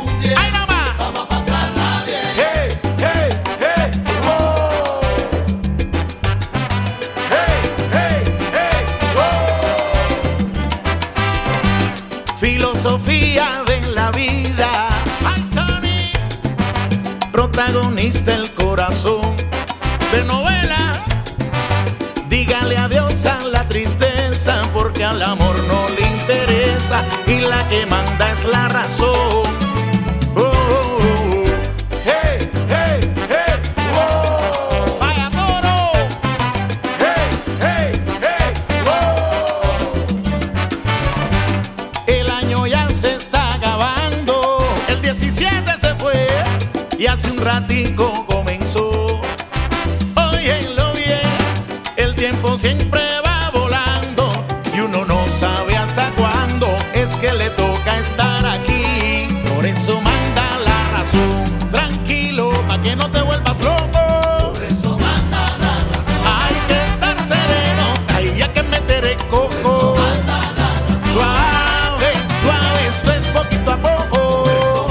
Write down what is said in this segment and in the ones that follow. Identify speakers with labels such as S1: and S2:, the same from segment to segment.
S1: oh.
S2: teniste el corazón de novela. Dígale adiós a la tristeza porque al amor no le interesa y la que manda es la razón. Oh, oh, oh. Hey, hey, hey, oh. Vaya toro. Hey, hey, hey, oh. El año ya se está acabando. El 17 se fue y hace un ratico comenzó. Óyelo bien, el tiempo siempre va volando y uno no sabe hasta cuándo es que le toca estar aquí. Por eso manda la razón, tranquilo, pa' que no te vuelvas loco. Por eso manda la razón. Hay que estar sereno, ahí ya que meteré coco. Suave, suave, esto es poquito a poco. Vamos,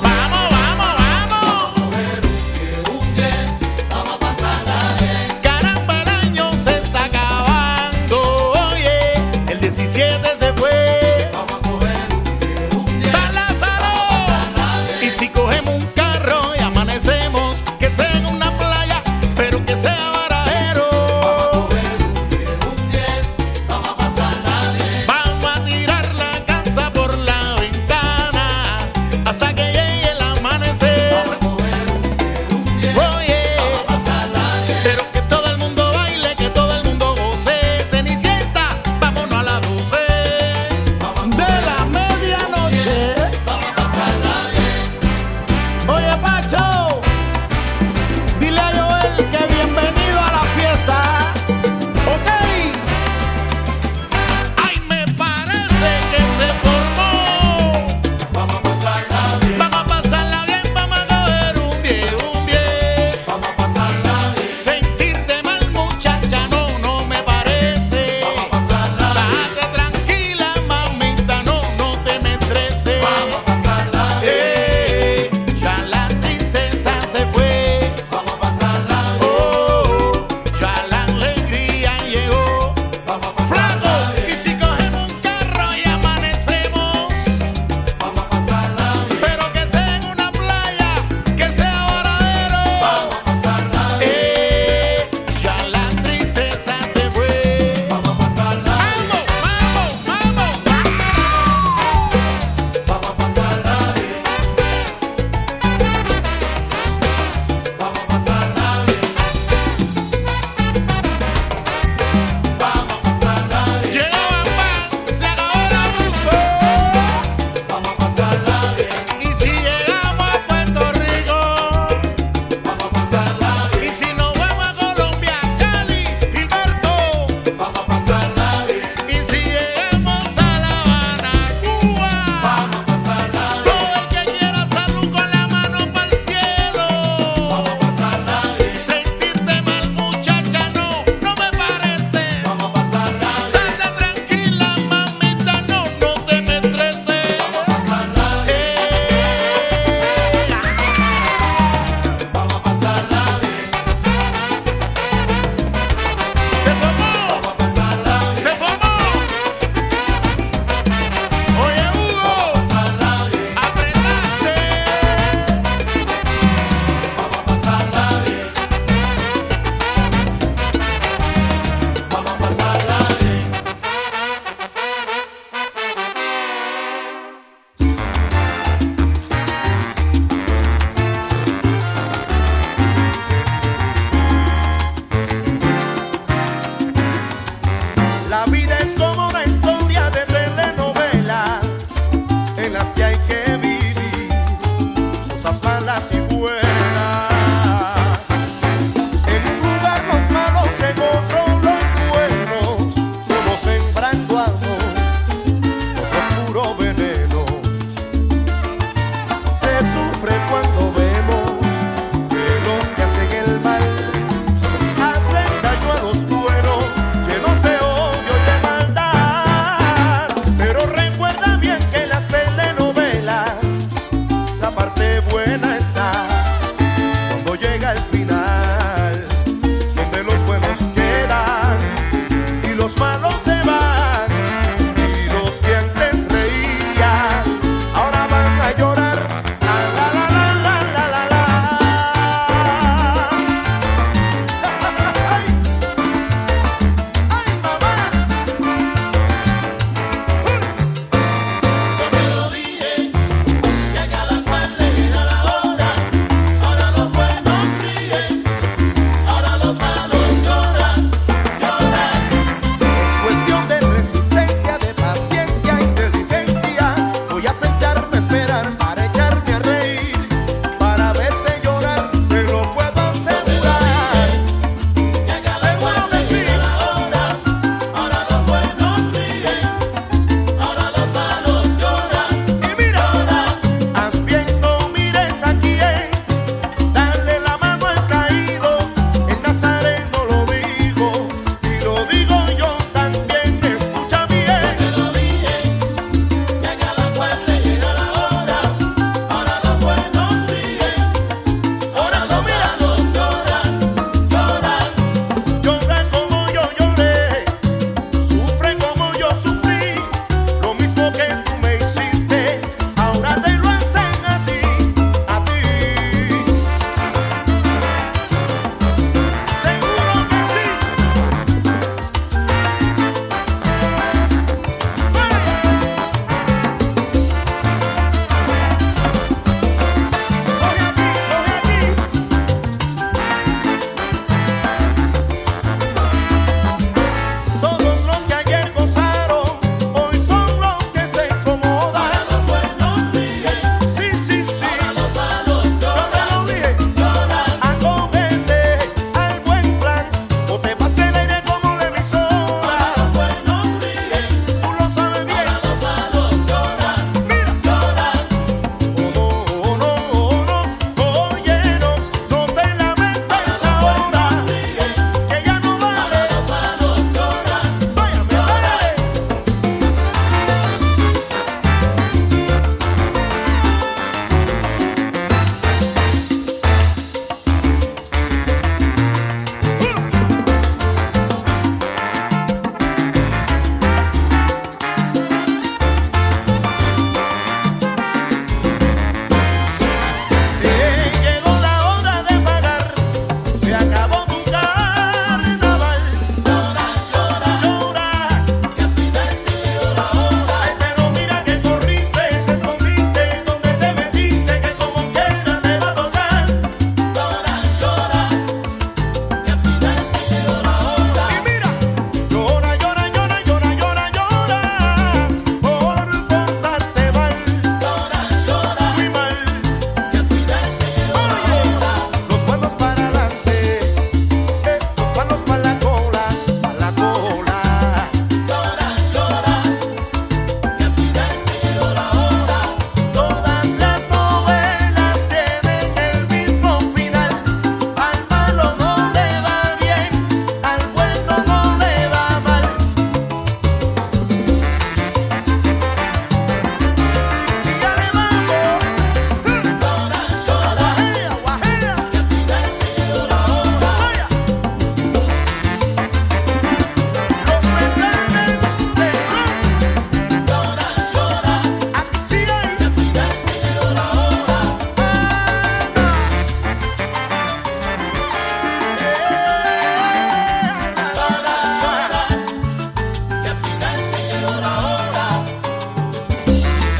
S2: vamos, vamos. Caramba, el año se está acabando. Oye, el 17 se fue. Vamos a coger un Sala, sala.
S1: Eh, Oh, Eh, Eh,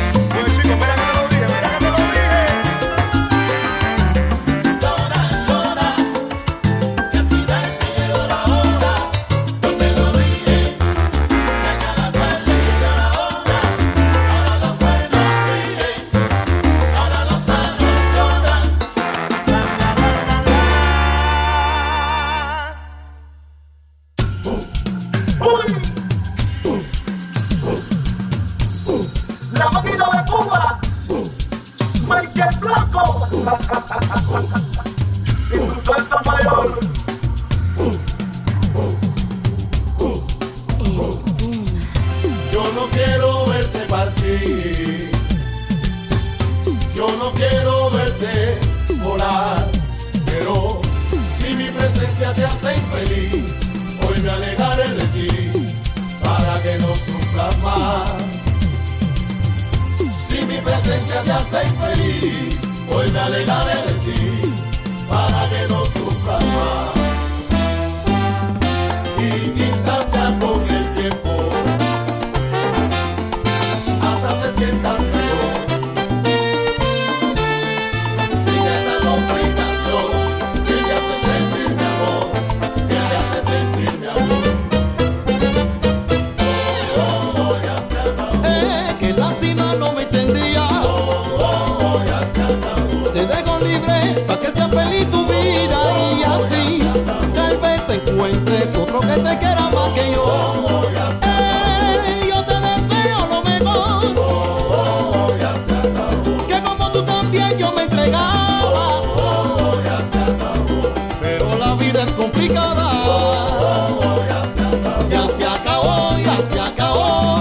S1: eh, eh,
S2: ausencia te hace infeliz, hoy me alegraré de ti, para que no sufras más. Y quizás ya con el tiempo, hasta te sientas mejor. Sigue esta complicación, que te hace sentir mi amor, que te hace sentir mi amor.
S3: Eh, que lástima no me entendía. Te dejo libre para que sea feliz tu vida y así tal vez te encuentres otro que te quiera más que yo. Eh, yo te deseo lo mejor, que como tú también yo me entregaba, pero la vida es complicada. Ya se acabó, ya se acabó.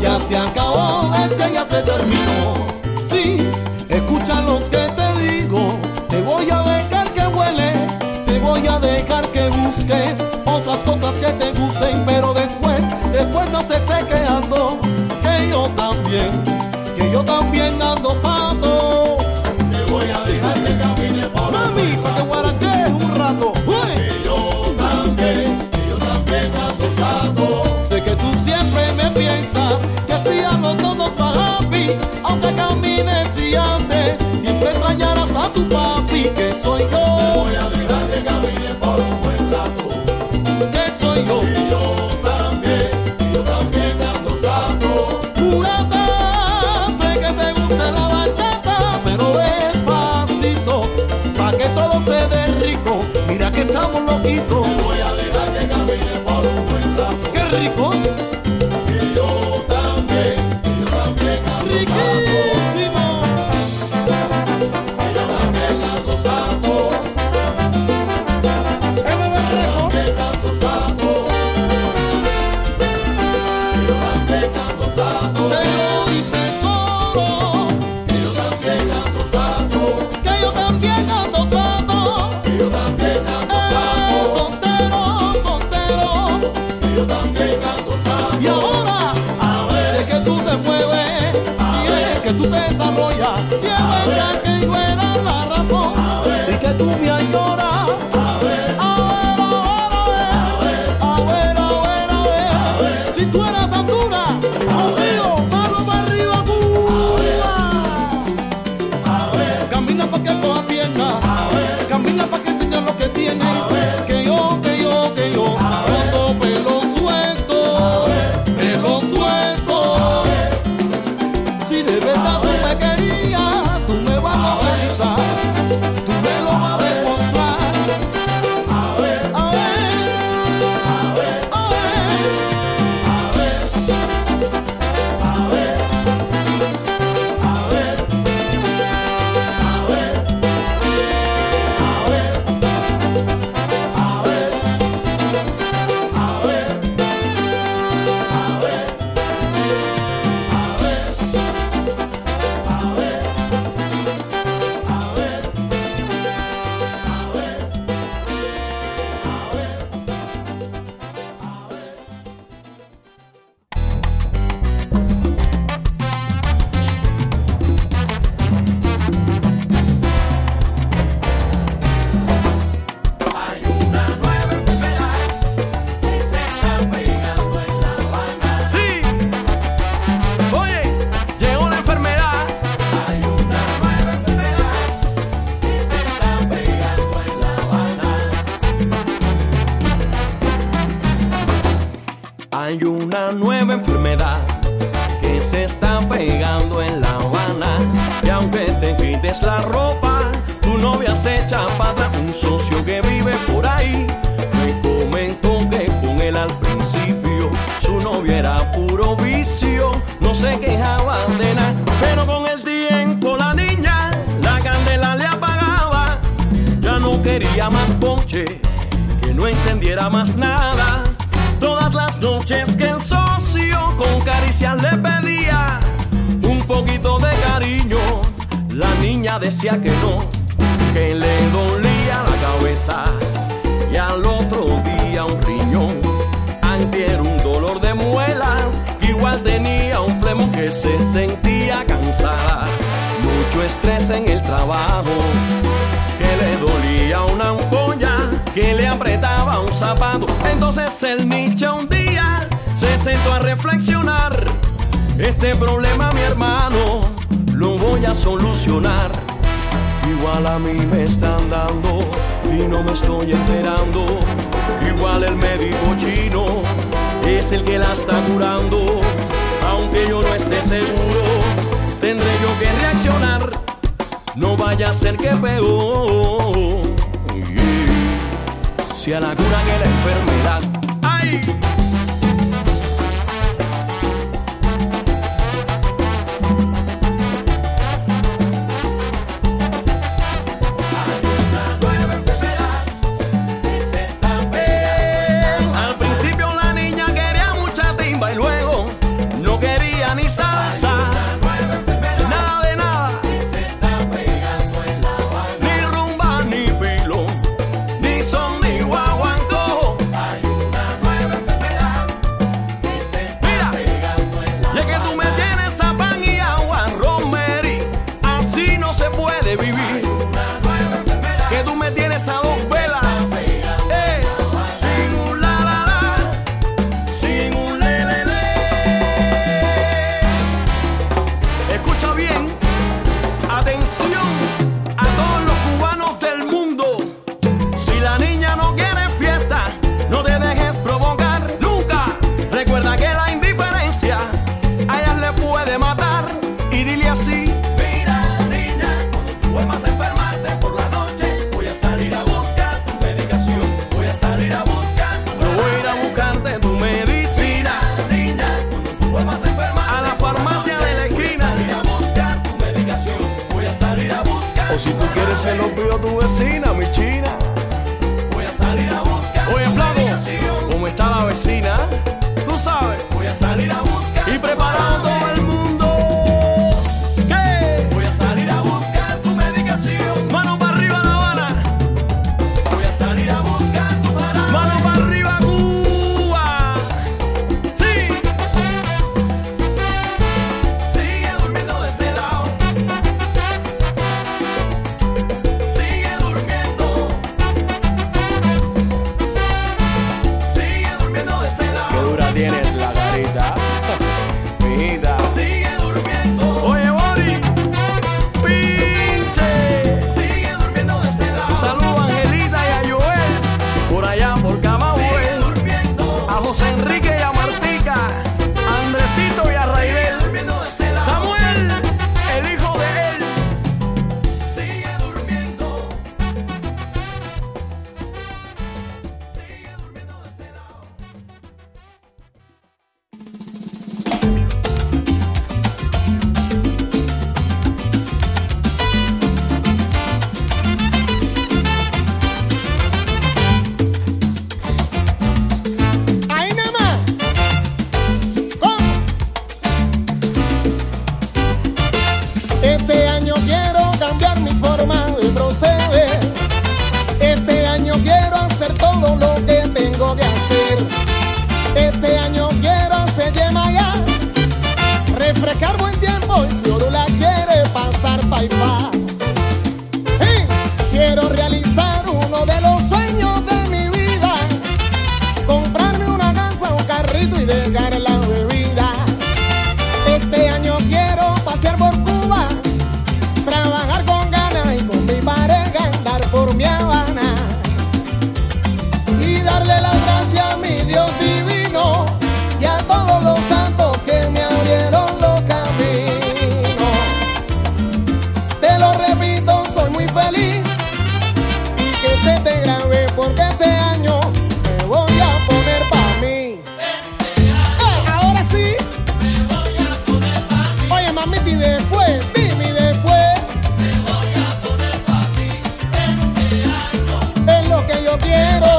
S3: Ya se acabó, es que ya se terminó. Sí, escucha lo que te digo. Te voy a dejar que huele, te voy a dejar que busques otras cosas que te gusten, pero después, después no te estés quejando. Que yo también, que yo también ando santo.
S2: Te voy a dejar que camine por
S3: Mami,
S2: un
S3: para que guarachees un rato. ¡Uy!
S2: Que yo también, que yo también ando santo.
S3: Sé que tú siempre me piensas que si los todos para happy, aunque camines y andes, siempre extrañarás a tu papi, que soy yo,
S2: Voy a dejar que camine por un buen rato.
S3: que soy yo.
S2: Y yo también, y yo también ando santo.
S3: Curata, sé que te gusta la bachata, pero despacito, pa' que todo se dé rico. Mira que estamos loquitos,
S2: Voy a dejar que camine por un buen rato.
S3: qué rico,
S2: Y yo también, y yo también ando santo.
S3: riquísimo.
S2: Y yo también ando santo.
S3: Eh, bebé, rico.
S2: También ando santo. Y yo también ando santo.
S3: Te lo hice todo,
S2: Y yo también ando santo.
S3: que yo también ando santo.
S2: Y yo también ando santo.
S3: Eh, Soltero, soltero,
S2: Y yo también ando santo.
S3: y ahora
S2: A ver,
S3: sé que tú te mueves, y es que tú te desarrollas, siempre que yo era la razón, y que tú me añoras.
S2: a ver,
S3: A ver, a ver, a ver, a ver, si tú eras tan dura, amigo, malo para arriba,
S2: a ver,
S3: Camina pa' que coja pierna.
S2: a ver.
S3: Camina pa' que enseñes lo que tienes. Que yo, que yo, que yo. Ando pelo suelto. Pelo suelto. Si de verdad tú me querías, tú me vas a pensar. Tú me lo vas a demostrar.
S2: A ver,
S3: A ver,
S2: a ver,
S3: a ver.
S2: a ver, a ver, a ver, a ver, a ver, a ver, a ver, a ver, a ver.
S4: Hay una nueva enfermedad que se está pegando en La Habana.
S5: Sí. Oye, llegó la enfermedad.
S4: Hay una nueva enfermedad que se está pegando en La Habana.
S5: Hay una nueva enfermedad que se está pegando en La Habana. Y aunque te quites la ropa, tu novia se echa para atrás. Un socio que vive por ahí me comentó que con él al principio su novia era puro vicio. No se quejaba de nada, pero con el tiempo la niña la candela le apagaba. Ya no quería más ponche, que no encendiera más nada. Todas las noches que el socio con caricias le pedía un poquito de cariño, la niña decía que no, que le dolía la cabeza. Y al otro día un riñón, antes era un dolor de muelas, igual tenía un flemo que se sentía cansada, mucho estrés en el trabajo, que le dolía una ampolla, que le apretaba un zapato. Entonces el Nietzsche un día se sentó a reflexionar, este problema mi hermano lo voy a solucionar. Igual a mí me están dando y no me estoy enterando. Igual el médico chino es el que la está curando. Aunque yo no esté seguro, tendré yo que reaccionar. No vaya a ser que peor. Yeah. Si a la cura que la enfermedad. ¡Ay!
S6: Una nueva enfermedad que se está
S5: Al principio la niña quería mucha timba y luego no quería ni salsa.
S6: nueva enfermedad
S5: Nada de nada.
S6: que se está pegando en la vaina.
S5: Ni rumba, ni pilo, ni son, ni guaguancó.
S6: Hay una nueva enfermedad que se está
S5: Mira.
S6: pegando en la
S5: Y es que tú me tienes a pan y agua, Romery. Así no se puede vivir.
S6: Una nueva enfermedad
S5: Que tú me tienes a dos velas.
S6: pegando
S5: Eh, sin un la la la, sin un le le le. Escucha bien, atención a todos los cubanos del mundo. Si la niña no quiere fiesta, no te dejes provocar nunca. Recuerda que la indiferencia a ella le puede matar. Y dile así,
S6: Mira niña, cuando tú vuelvas a enfermarte por la noche Voy a salir a buscar tu medicación Voy a salir a buscar tu
S5: yo voy a ir a buscarte tu medicina.
S6: Mira niña, cuando tú vuelvas a enfermarte
S5: A la farmacia de la esquina.
S6: Voy a salir a buscar tu medicación Voy a salir a buscar
S5: O si tú quieres se lo pido a tu vecina, mi china.
S6: Voy a salir a buscar
S5: Oye,
S6: tu
S5: flaco,
S6: medicación.
S5: ¿cómo está la vecina? Tú sabes.
S6: Voy a salir a buscar
S5: Y preparado todo el mundo. ¿Qué?
S6: Voy a salir a buscar tu medicación
S5: Mano para arriba, La Habana.
S6: Voy a salir a buscar tu jarabe
S5: Mano para arriba, Cuba. Sí.
S6: Sigue durmiendo de ese lado. Sigue durmiendo. Sigue durmiendo de ese lado.
S5: dura tienes la carita. Mijita.
S6: Sigue durmiendo.
S5: Oye, Bori. Pinche.
S6: Sigue durmiendo de ese
S5: Un
S6: lado.
S5: saludo a Angelita y a Joel. Por allá, por
S6: Sigue
S5: Camagüey.
S6: durmiendo.
S5: a José Enrique y a Martica, a Andresito y a
S6: Sigue
S5: Raidel,
S6: durmiendo de ese lado.
S5: Samuel, el hijo de él.
S6: Sigue durmiendo. Sigue durmiendo de ese lado.
S7: Ahí nada más. Con. Este año quiero cambiar mi forma de proceder. Este año quiero hacer todo lo que tengo que hacer. Este año quiero se llama ya. Refrescar buen tiempo y si uno la quiere pasar pa' y pa'. ¡Hey! Quiero realizar uno de los sueños de mi vida comprarme una casa, un carrito y dejar la bebida. Este año quiero pasear por Cuba, trabajar con ganas y con mi pareja andar por mi Habana. Y darle las gracias a mi Dios divino y a todos los santos que me abrieron los caminos. Te lo repito, soy muy feliz y que se te grabe porque este año me voy a poner pa' mí. Eh, ahora sí. Me voy a poner pa' mí. Oye, mamita, y después, dime y después. Me voy a poner pa' mí. Este año. Es lo que yo quiero.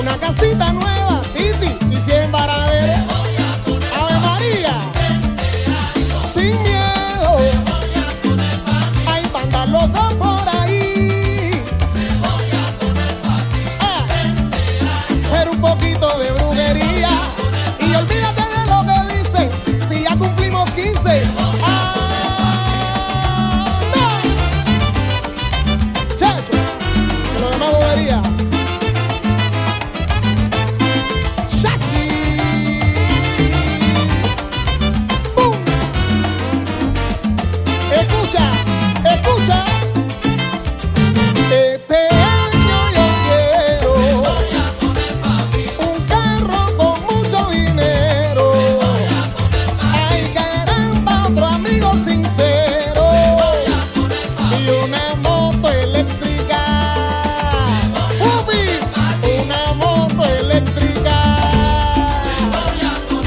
S7: Una casita nueva. Ah. Ah.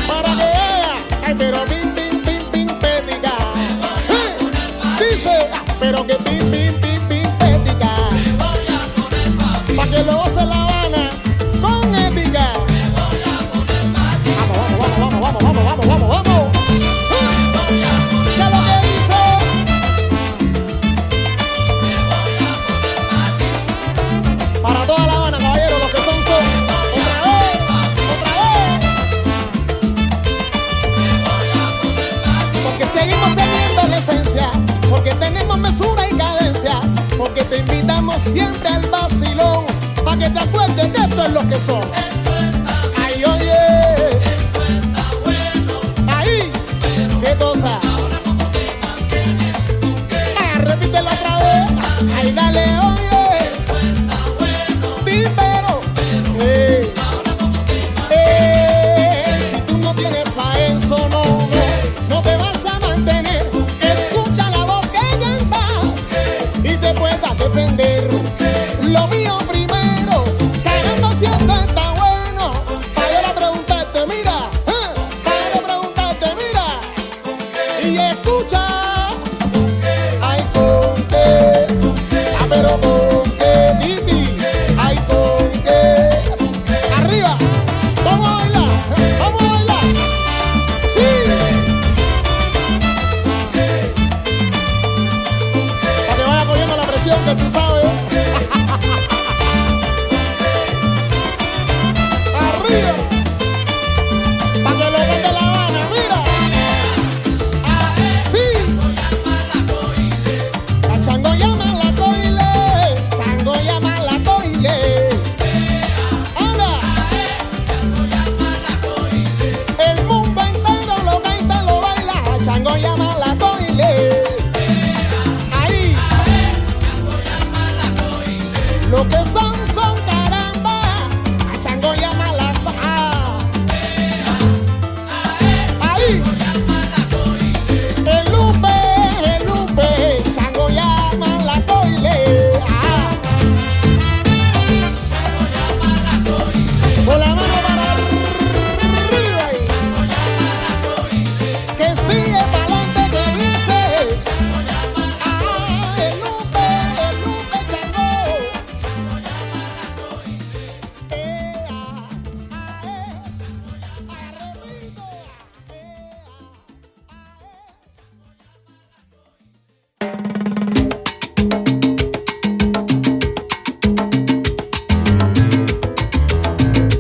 S7: Eh, "Ah, siempre el vacilón, pa' que te acuerdes que esto es lo que son. Ay, oye. Ahí. ¿Qué cosa? Ah, repítelo otra vez. Ay, dale, oye. Dímelo. Eh. Eh, si tú no tienes pa' eso, no, no, no te vas a mantener. Escucha la voz que canta y te puedas defender. Lo mío primero, caramba, si esto está bueno. Para preguntarte, mira, eh, para preguntarte, mira. Y escucha, ay, conté, ah, pero conté, Didi, ay, conté. Arriba, vamos a bailar, vamos a bailar. Sí. Para que vaya cogiendo la presión que tú sabes. Arriba. Para que lo de La Habana, mira. Sí. A Chango llama la coile, Chango llama la coile. Ahora. El mundo entero lo canta, lo baila. Chango llama la coile. Ahí. Lo que son, son caramba. A Chango llama la ah. Ahí. El Lupe, el Lupe. Chango llama la coile. Ah. Con la mano para arriba. ahí que sigue pa'lante que dice Ah, el Lupe, el Lupe Changó Eh, ah, ah, eh, ah, repito, ah, eh, ah, ah, eh.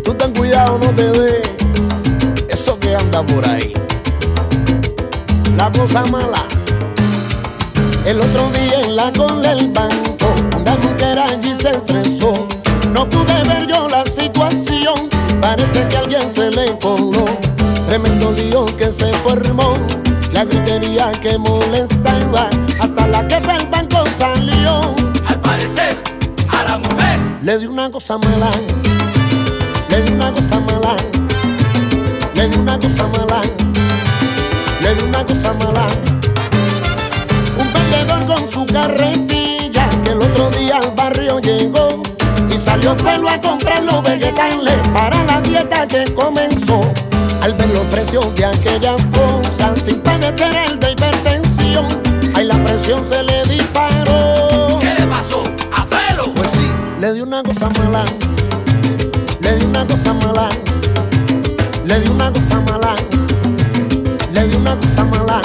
S8: Tú ten cuidado, no te dé eso que anda por ahí. La cosa mala. El otro día en la cola del banco, una mujer allí se estresó. No pude ver yo la situación, parece que alguien se le coló. Tremendo lío que se formó, la gritería que molestaba, hasta la que del banco salió.
S6: Al parecer, a la mujer
S8: Le dio una cosa mala, le dio una cosa mala, le dio una cosa mala, le dio una cosa mala. Un vendedor con su carretilla que el otro día al barrio llegó y salió pelo a comprar los vegetales para la dieta que comenzó. Al ver los precios de aquellas cosas sin padecer el de hipertensión, ahí la presión se le disparó.
S6: ¿Qué le pasó a Felo?
S8: Pues sí, le di una cosa mala. Le di una cosa mala. Le di una cosa mala. Le di una cosa mala.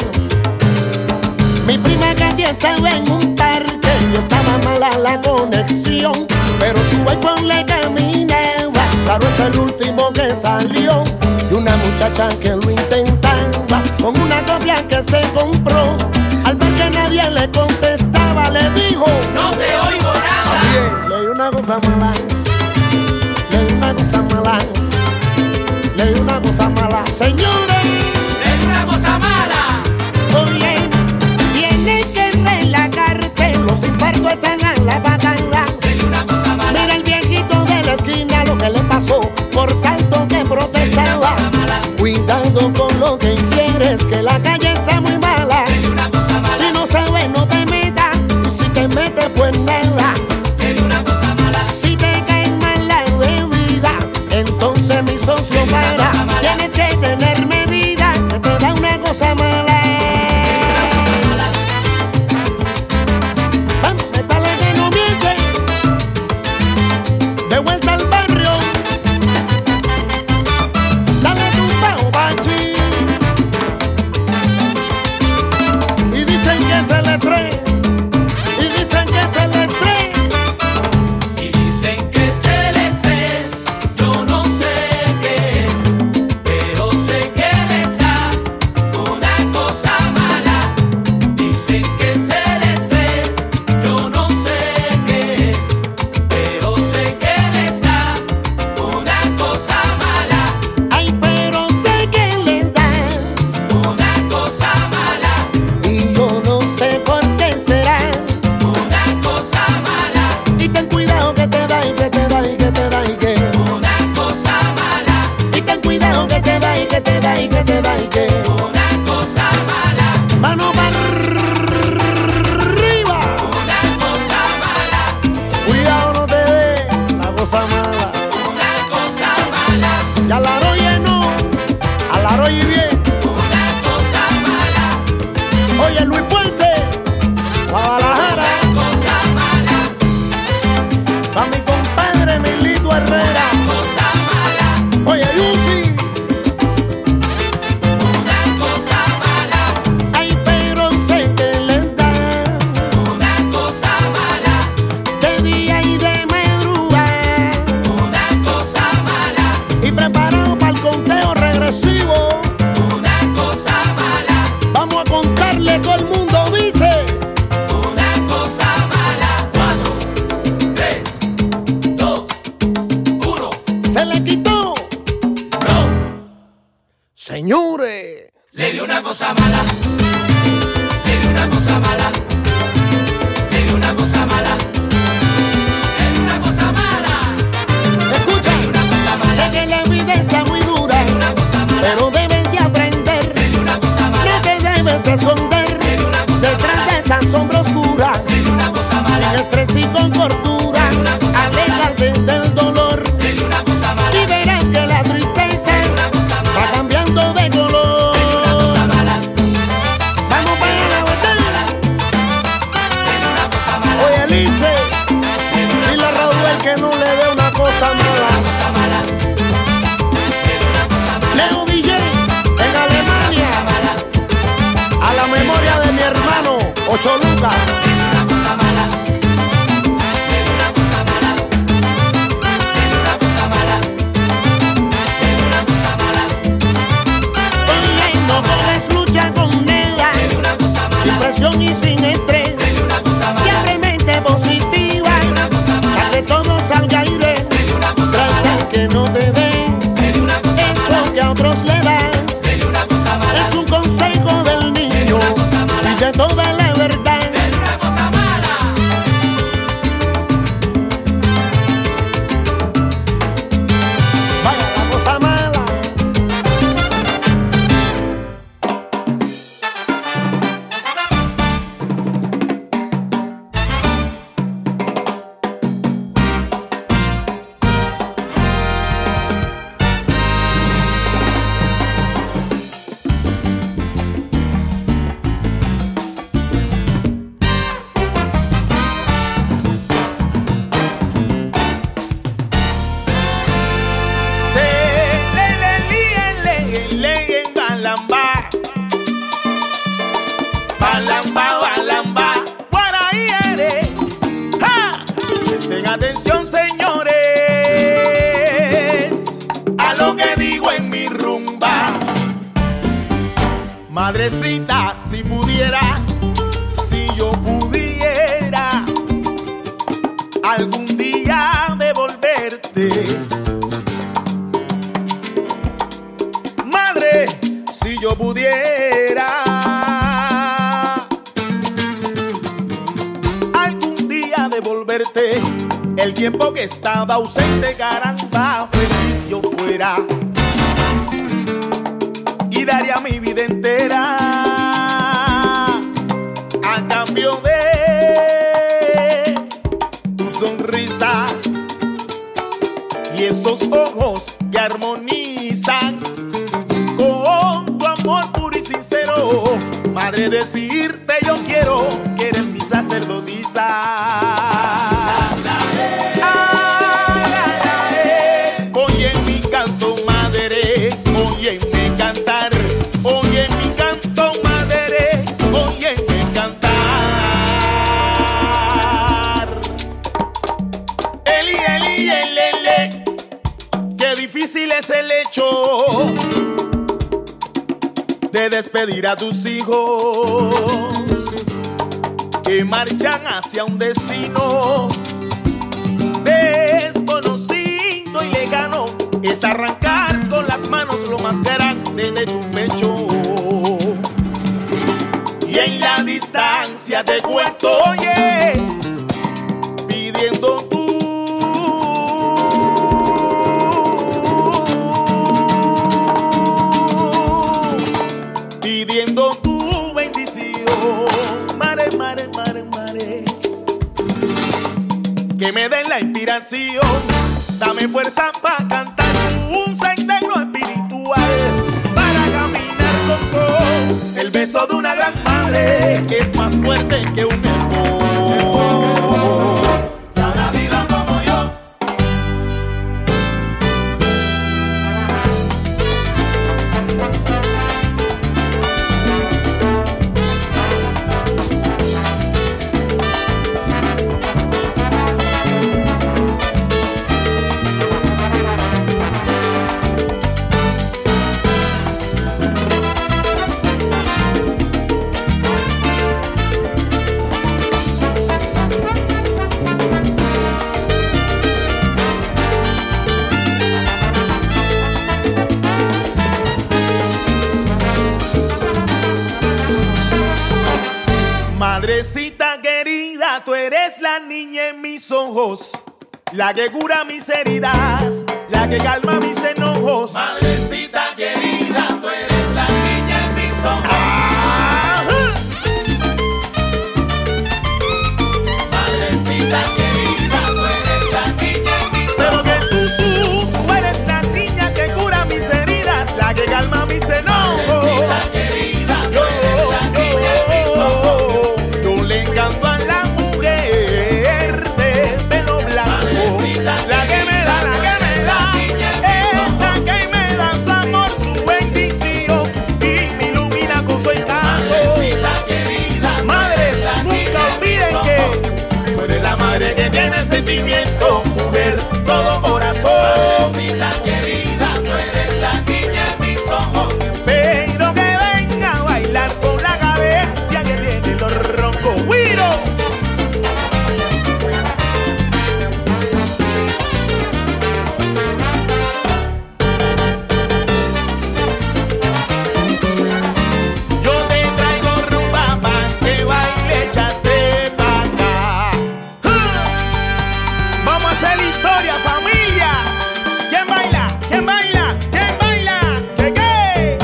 S8: Mi prima Katy estaba en un parque. Yo estaba mala la conexión. Pero su balcón le caminaba. Claro, es el último que salió. Y una muchacha que lo intentaba. Con una copia que se compró. Al ver que nadie le contestaba, le dijo.
S6: No te oigo nada.
S8: Le di una cosa mala, le di una cosa mala, le di una cosa mala, señores.
S6: Le di una cosa mala.
S8: Oye, tienes que relajarte, los infartos están a la batalla.
S6: Le di una cosa mala.
S8: Mira el viejito de la esquina lo que le pasó por tanto que protestaba.
S6: cosa mala.
S8: Cuidado con lo que quieres, que la calle está muy mala.
S6: Le di una cosa mala.
S8: Si no sabes, no te metas, y si te metes, pues nada.
S6: Le di una cosa mala.
S8: Si te cae mal la bebida, entonces mi socio
S6: Una
S8: para.
S6: cosa mala.
S8: Tienes que tener medida, que te da una cosa mala.
S6: Le di una cosa mala.
S8: Ven, métale que no miente. da y que te da y que te da y que.
S3: Una cosa mala,
S8: Y ten cuidado que te da y que te da y que te da y que.
S3: una cosa mala,
S8: Mano para arriba.
S3: una cosa mala,
S8: Cuidado no te dé la cosa mala.
S3: una cosa mala,
S8: Y al arroyo no, al arroyo y bien.
S3: una cosa mala,
S8: Oye Luis Puente, Guadalajara,
S3: cosa mala,
S8: pa' mi compadre Milito Herrera.
S3: cosa mala,
S8: Oye Yusi,
S3: una cosa mala,
S8: ay pero sé que les da
S3: una cosa mala,
S8: de día y de madrugada.
S3: una cosa mala,
S8: Y preparado para el conteo regresivo,
S3: una cosa mala,
S8: vamos a contarle todo el mundo dice.
S3: una cosa mala. Cuatro, tres, dos, uno,
S8: Se le quitó,
S3: no.
S8: señores.
S3: Le dio una cosa mala, le dio una cosa mala, le dio una cosa mala, le dio una cosa mala,
S8: Escucha,
S3: le dio una cosa mala,
S8: sé que la vida está muy dura,
S3: le dio una cosa mala,
S8: pero debes de aprender.
S3: le dio una cosa
S8: No
S3: mala,
S8: te debes esconder detrás de esa sombra oscura.
S3: le dio una cosa
S8: Sin
S3: mala,
S8: estrés y con cordura, aléjate del dolor
S3: le dio una cosa
S8: y
S3: mala,
S8: verás que la tristeza
S3: una cosa
S8: va
S3: mala,
S8: cambiando de
S3: una cosa
S8: color.
S3: mala,
S8: Vamos para la ventana.
S3: le dio una cosa mala,
S8: Oye, Lice, dile a Raúl que no le dé una cosa mala.
S3: cosa mala, le dio una cosa mala,
S8: Leo DJ en Alemania,
S3: mala,
S8: a la memoria de mi hermano, Ocho Lucas.
S3: una cosa mala, le dio una cosa mala, le dio una cosa mala, le dio una cosa mala,
S8: Oye, no puedes luchar con nada,
S3: le dio una cosa
S8: sin
S3: mala,
S8: presión y sin estrés.
S3: le dio una cosa mala,
S8: Siempre mente positiva,
S3: una cosa
S8: para
S3: mala,
S8: que todo salga aire.
S3: le dio una cosa mala,
S8: Trata que no te den
S3: le dio una cosa mala,
S8: eso que a otros le dan.
S3: le dio una cosa mala,
S8: Es un consejo del niño y de toda la verdad.
S3: le dio una cosa mala.
S8: Vaya la cosa mala.
S2: Se le le le le le balamba Balamba balamba Guaraí ere ¡Ja! Presten atención señores A lo que digo en mi rumba Madrecita si pudiera Si yo pudiera Algún día devolverte Madre, si yo pudiera algún día devolverte el tiempo que estaba ausente, caramba, feliz yo fuera y daría mi vida entera a cambio de tu sonrisa y esos ojos que armonizan con tu amor puro y sincero. Madre, decirte yo quiero que eres mi sacerdotisa. Ay, ay, ay. Oye mi canto, madre, óyeme cantar. Oye mi canto, madre, óyeme cantar. Eli, Eli, el, el, el. Qué difícil es el hecho de despedir a tus hijos que marchan hacia un destino desconocido y lejano. Es arrancar con las manos lo más grande de tu pecho. Y en la distancia te cuento, oye pidiendo tu canción. Dame fuerza para cantar un sendero espiritual. Para caminar con todo. El beso de una gran madre es más fuerte que un empujón.
S6: Ahora viva como yo,
S2: Madrecita querida, tú eres la niña en mis ojos, la que cura mis heridas, la que calma mis enojos.
S6: madrecita querida, tú eres la niña en mis ojos.
S2: Ajá.
S6: Madrecita querida, tú eres la niña en mis
S2: Pero
S6: ojos.
S2: que tú, tú, tú eres la niña que cura mis heridas, la que calma mis enojos.
S6: Madrecita querida, tú
S2: Yo,
S6: eres la niña en mis ojos.
S2: yo, yo le canto a la mujer de pelo blanco,
S6: Madrecita
S2: la que me da, la que me da,
S6: querida, tú eres la
S2: esa que me da su amor, su bendición y me ilumina con su encanto.
S6: Madrecita querida, tú
S2: Madres,
S6: eres la niña
S2: nunca
S6: en mis
S2: olviden
S6: ojos.
S2: que tú eres la madre que tiene sentimiento, mujer, todo corazón.
S6: Madrecita querida, tú eres la niña en mis ojos.
S2: Pero que venga a bailar con la cadencia que tiene los ronco güiro. Yo te traigo rumba pa' que baile, échate pa' acá. ¡Ja! Vamos a hacer historia, familia. ¿Quién baila? ¿Quién baila? ¿Quién baila? ¿Qué qué?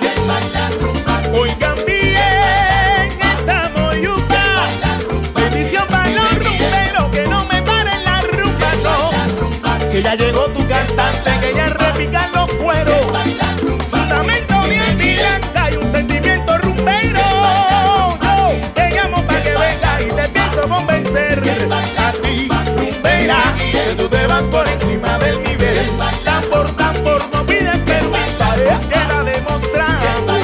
S6: ¿Quién baila rumba?
S2: Oigan bien, estamos yuca.
S6: La rumba,
S2: Bendición para los rumberos que no me paren la rumba,
S6: la
S2: no.
S6: rumba,
S2: Que ya llegó tu cantante, que ya repican los cueros.
S6: baila rumba.
S2: Fundamento bien directa y un sentimiento rumbero. Yo te llamo para que vengas y te pienso convencer. A ti, rumbera, que tú te vas por encima del nivel. Tambor, tambor, no piden permiso. Queda demostrando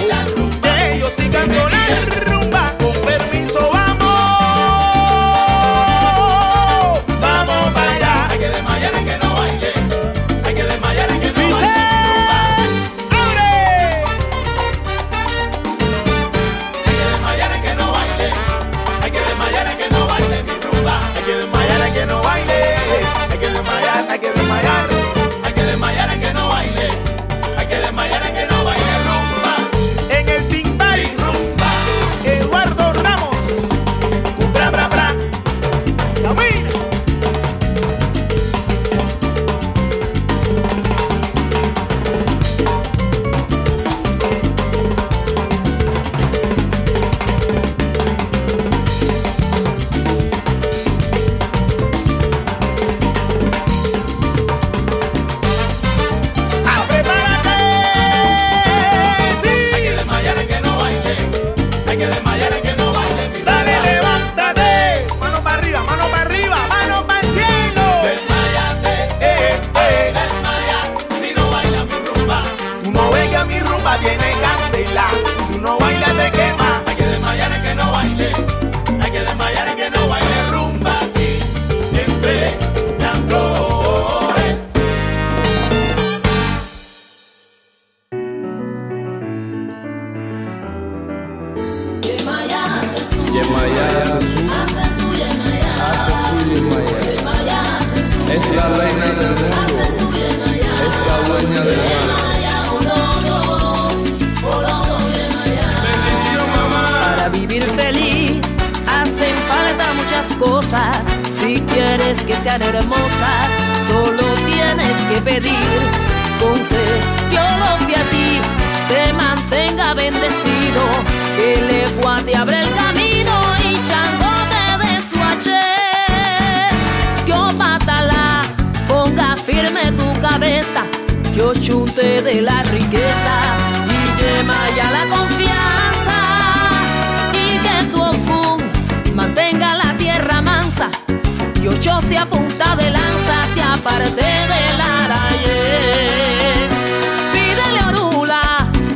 S2: que yo sí canto la rumba. Con permiso, vamos. Vamos para allá.
S6: Hay que desmayar en que no baile. Hay que desmayar en que no
S2: Dice,
S6: baile.
S2: ¡Abre!
S6: Hay que desmayar en que no baile. Hay que desmayar en que no baile mi rumba.
S2: Hay que desmayar, hay que no baile. Hay que desmayar, hay que desmayar.
S6: Hay que desmayar en que no baile. Hay que desmayar en que no baile rumba.
S2: En el
S6: Mi
S2: Tintari,
S6: rumba.
S2: Eduardo Ramos. Un bra, bra, bra. Camina. ¡Prepárate!
S6: Hay
S2: ¡Sí!
S6: que desmayar en que no baile. Hay que desmayar en que no baile mi rumba.
S2: Dale, levántate. Mano para arriba, mano para arriba, mano para el cielo.
S6: Desmayate.
S2: Eh, eh.
S6: Desmayar si no baila mi rumba.
S2: Tú no ves que mi rumba tiene candela. Si tú no bailas, te quema.
S6: Hay que desmayar en que no baile. Hay que desmayar en que no baile rumba aquí entre las flores.
S9: Yemaya hace su, hace su Yemaya. Es la reina del mundo, es la dueña del mar.
S10: Para vivir feliz hacen falta muchas cosas. Si quieres que sean hermosas, solo tienes que pedir con fe. Yo lo fui a ti, te mantenga bendecido. Que legua te abre el camino y chango te dé su ayer. Yo matará chunte de la riqueza y yema ya la confianza y que tu ocún mantenga la tierra mansa y ocho se apunta de lanza te aparte del araye pídele a Orula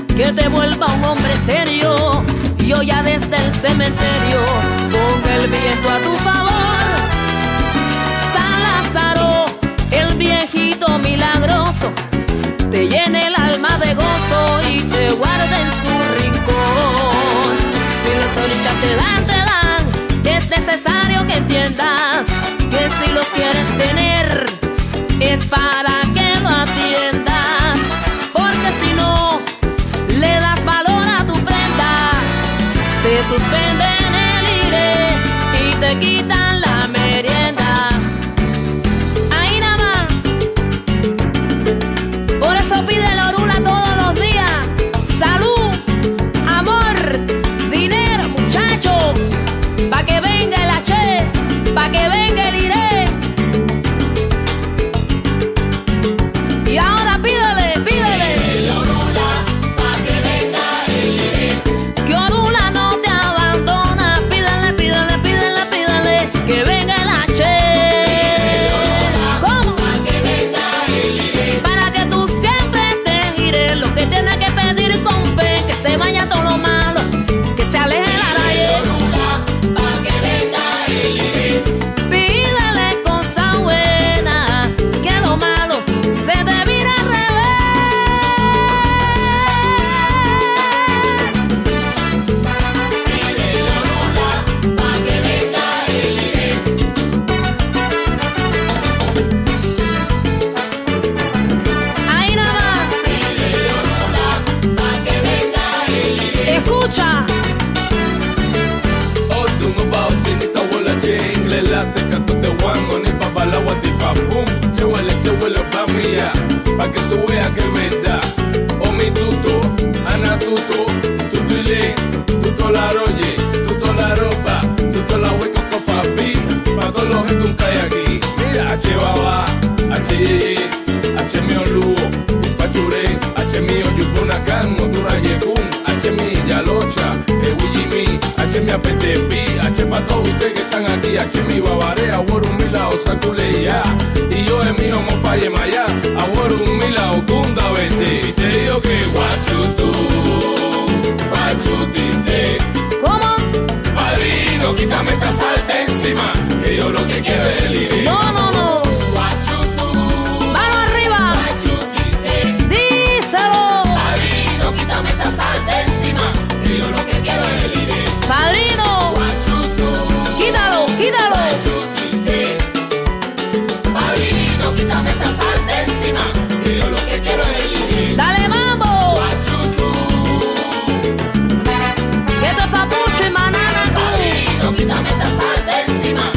S10: que te vuelva un hombre serio y ya desde el cementerio con el viento a tu favor Salazaro, el viejito milagroso, te llene el alma de gozo y te guarde en su rincón. Si las orillas te dan, te dan, es necesario que entiendas que si los quieres tener, es para que lo atiendas. Porque si no, le das valor a tu prenda, te suspenden el aire y te quitan la merienda. Ahí nada más. Por eso pide la orula todos los días. Salud, amor, dinero, muchacho. Pa' que venga el H, pa' que venga el E. iré. Y ahora pídele, pídele. Que Orula no te abandona, pídele, pídele, pídele, pídele, que venga el H. ¿Cómo? Para que tú siempre te gires lo que tienes que pedir con fe, que se vaya todo lo malo, que se aleje la raíz. Pídele cosa buena, que lo malo se te vira al revés. Ahí nada más. Escucha.
S9: Oh, tú no vas sin esta bola ching, le late canto te guango ni pa' balagua ti pa' pum, che huele, che huele pa' mía, pa' que tú veas que es verdad. Oh, e mi tuto, ana tuto, tuto y le, tuto la roye, tuto la ropa, tuto la hueco con papi, pa' todos los gente un cae aquí. Mira, H baba, H ye, H mi oluo, pachure, H mi oyupuna can, otura yekun, H mi yalocha, eh, Willy mi, H mi apetepi, H pa' todos ustedes que están aquí, H mi babarea, aguero un mila o sacule ya, y yo es mi homo pa' yemayá, aguero un mila o gunda vete, y te digo que guachutu, guachutite,
S10: ¿Cómo?
S9: padrino, quítame esta salta encima, que yo lo que quiero es el iré.
S10: No, no, no. Mano arriba. Díselo. Padrino, quítalo, quítalo. Dale mambo. Que esto es papucho y manana tú. Ay, padrino, quítame esta sarta encima.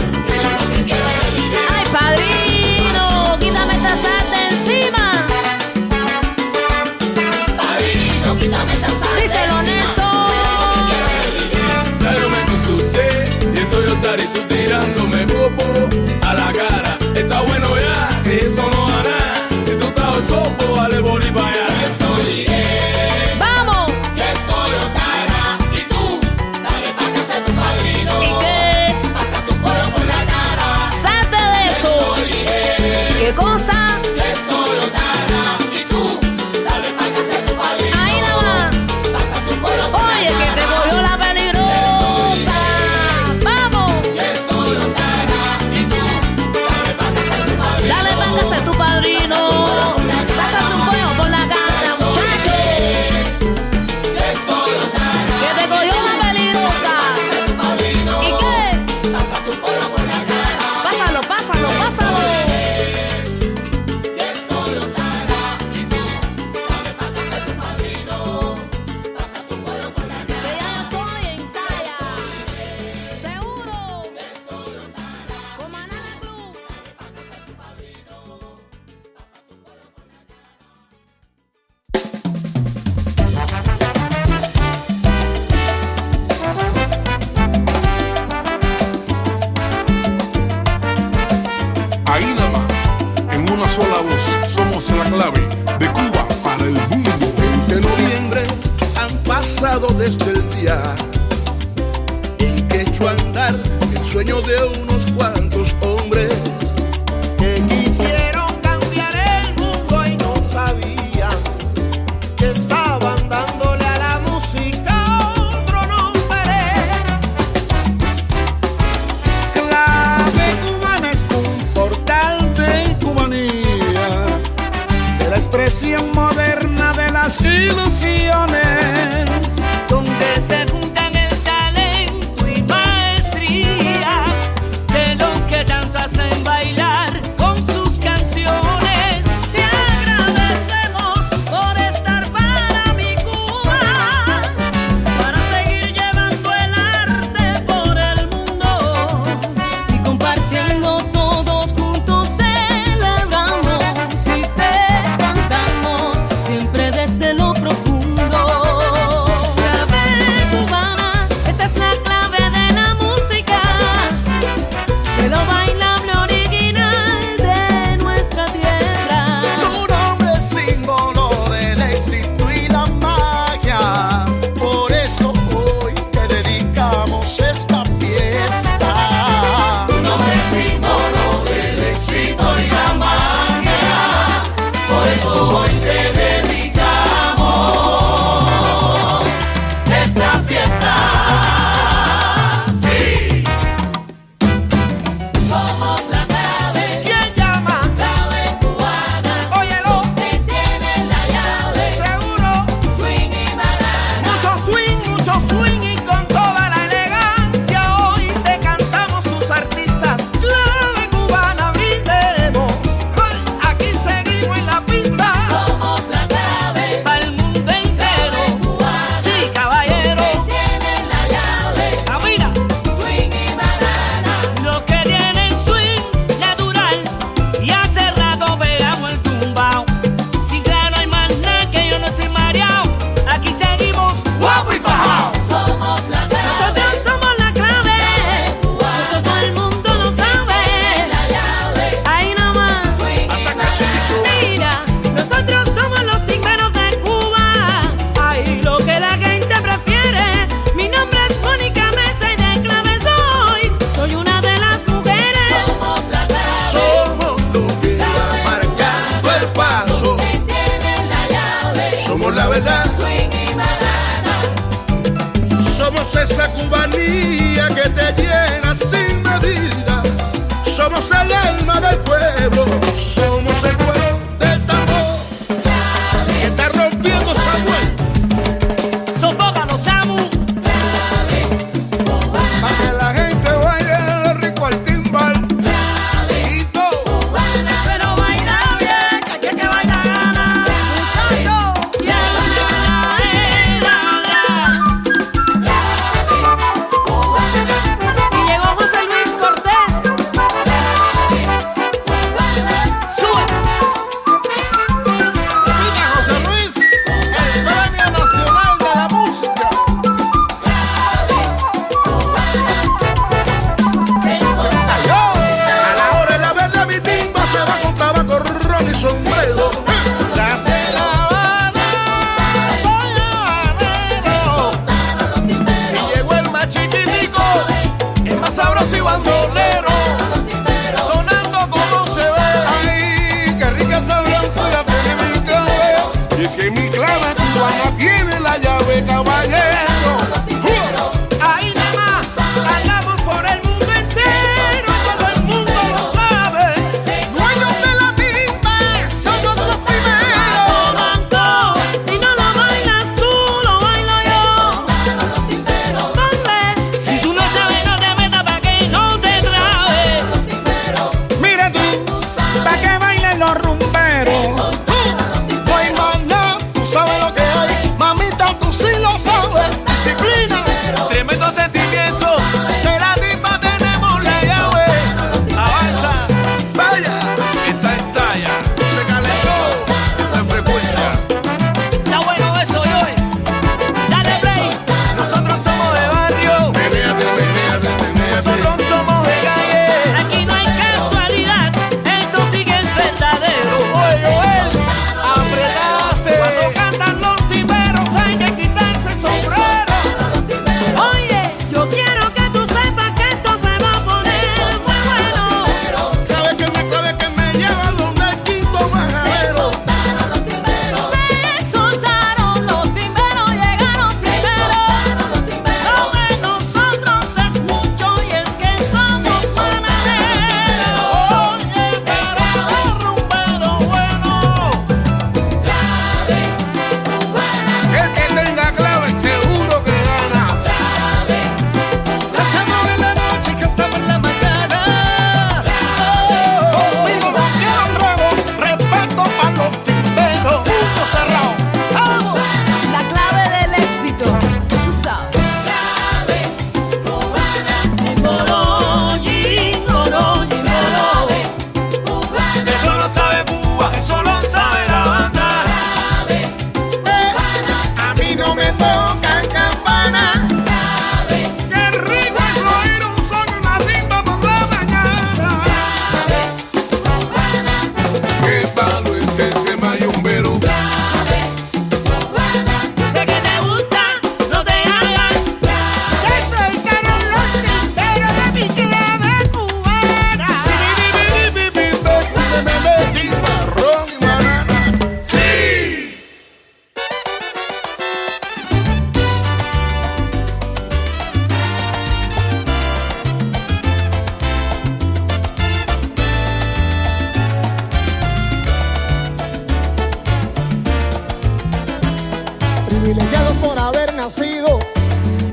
S10: Díselo, Nelson.
S9: Claro me consulté y estoy otar y tú tirándome popo a la cara. Está bueno ya, que eso no va a nada. Si tú estás sopo, dale boli para allá. Estoy
S10: Vamos. Y que salte de eso. ¿Qué cosa? Ahí nada más. Oye, que te cogió la peligrosa. Vamos. Dale pa' que sea tu padrino. Pásate un pollo por la cara, muchacho. Que te cogió la peligrosa. ¿Y qué? Pásalo, pásalo, pásalo. Que ya yo estoy en talla. Seguro. Con Manana Cruz.
S11: Ahí nada más, en una sola voz, somos la clave de Cuba pasado desde el día en que echó a andar el sueño de unos cuantos hombres
S2: que quisieron cambiar el mundo y no sabían que estaban dándole a la música otro nombre. Clave cubana es un portal de cubanía, de la expresión moderna de las ilusiones.
S1: donde se juntan el talento y maestría de los que tanto hacen bailar con sus canciones. Te agradecemos por estar para mi Cuba, para seguir llevando el arte por el mundo y compartiendo todos juntos celebramos y te cantamos siempre desde lo profundo. Clave cubana, esta es la clave de la música, de lo bailable original de nuestra tierra.
S2: Tu nombre es símbolo del éxito y la magia. Por eso hoy te dedicamos esta fiesta.
S3: Tu nombre es símbolo del éxito y la magia. Por eso hoy te dedicamos esta fiesta. Sí. Somos la clave.
S2: ¿Quién llama?
S3: Clave cubana.
S2: Óyelo,
S3: Que tiene la llave.
S2: seguro.
S3: Swing y banana.
S2: Mucho swing, mucho swing y con toda la elegancia. Hoy te cantamos sus artistas. Clave cubana, brindemos. Ay, Aquí seguimos en la pista.
S3: Somos la clave.
S1: Para el mundo entero, sí, caballero,
S3: Tiene la llave.
S1: camina.
S3: Swing y banana.
S1: Los que tienen swing natural y hace rato pegamos el tumbao. Si ya no hay más nada que yo no estoy mareado, aquí seguimos guapo y fajao.
S3: Somos la clave.
S1: Nosotros somos la clave, eso todo el mundo lo sabe.
S3: La llave.
S1: Ahí nomás,
S3: Swing y banana.
S1: mira, nosotros somos los tigreros de Cuba. Ahí lo que la gente prefiere. Mi nombre es Mónica Mesa y de clave soy. Soy una de las mujeres.
S3: Somos la clave.
S11: somos los que marcando el paso
S3: Que tiene la llave.
S11: somos la verdad
S3: Swing y banana.
S11: Somos esa cubanía que te llena sin medida. Somos el alma del pueblo. Somos el pueblo del tambor. Que está rompiendo Samuel.
S1: Sofócalo, Samu.
S11: Para que la gente vaya rico al timbal. Y todo.
S1: Pero baila bien, caché que baila gana. Muchacho, bien, gana, eh, gana. Y llegó José Luis Cortés. Sube. Oh,
S7: privilegiados por haber nacido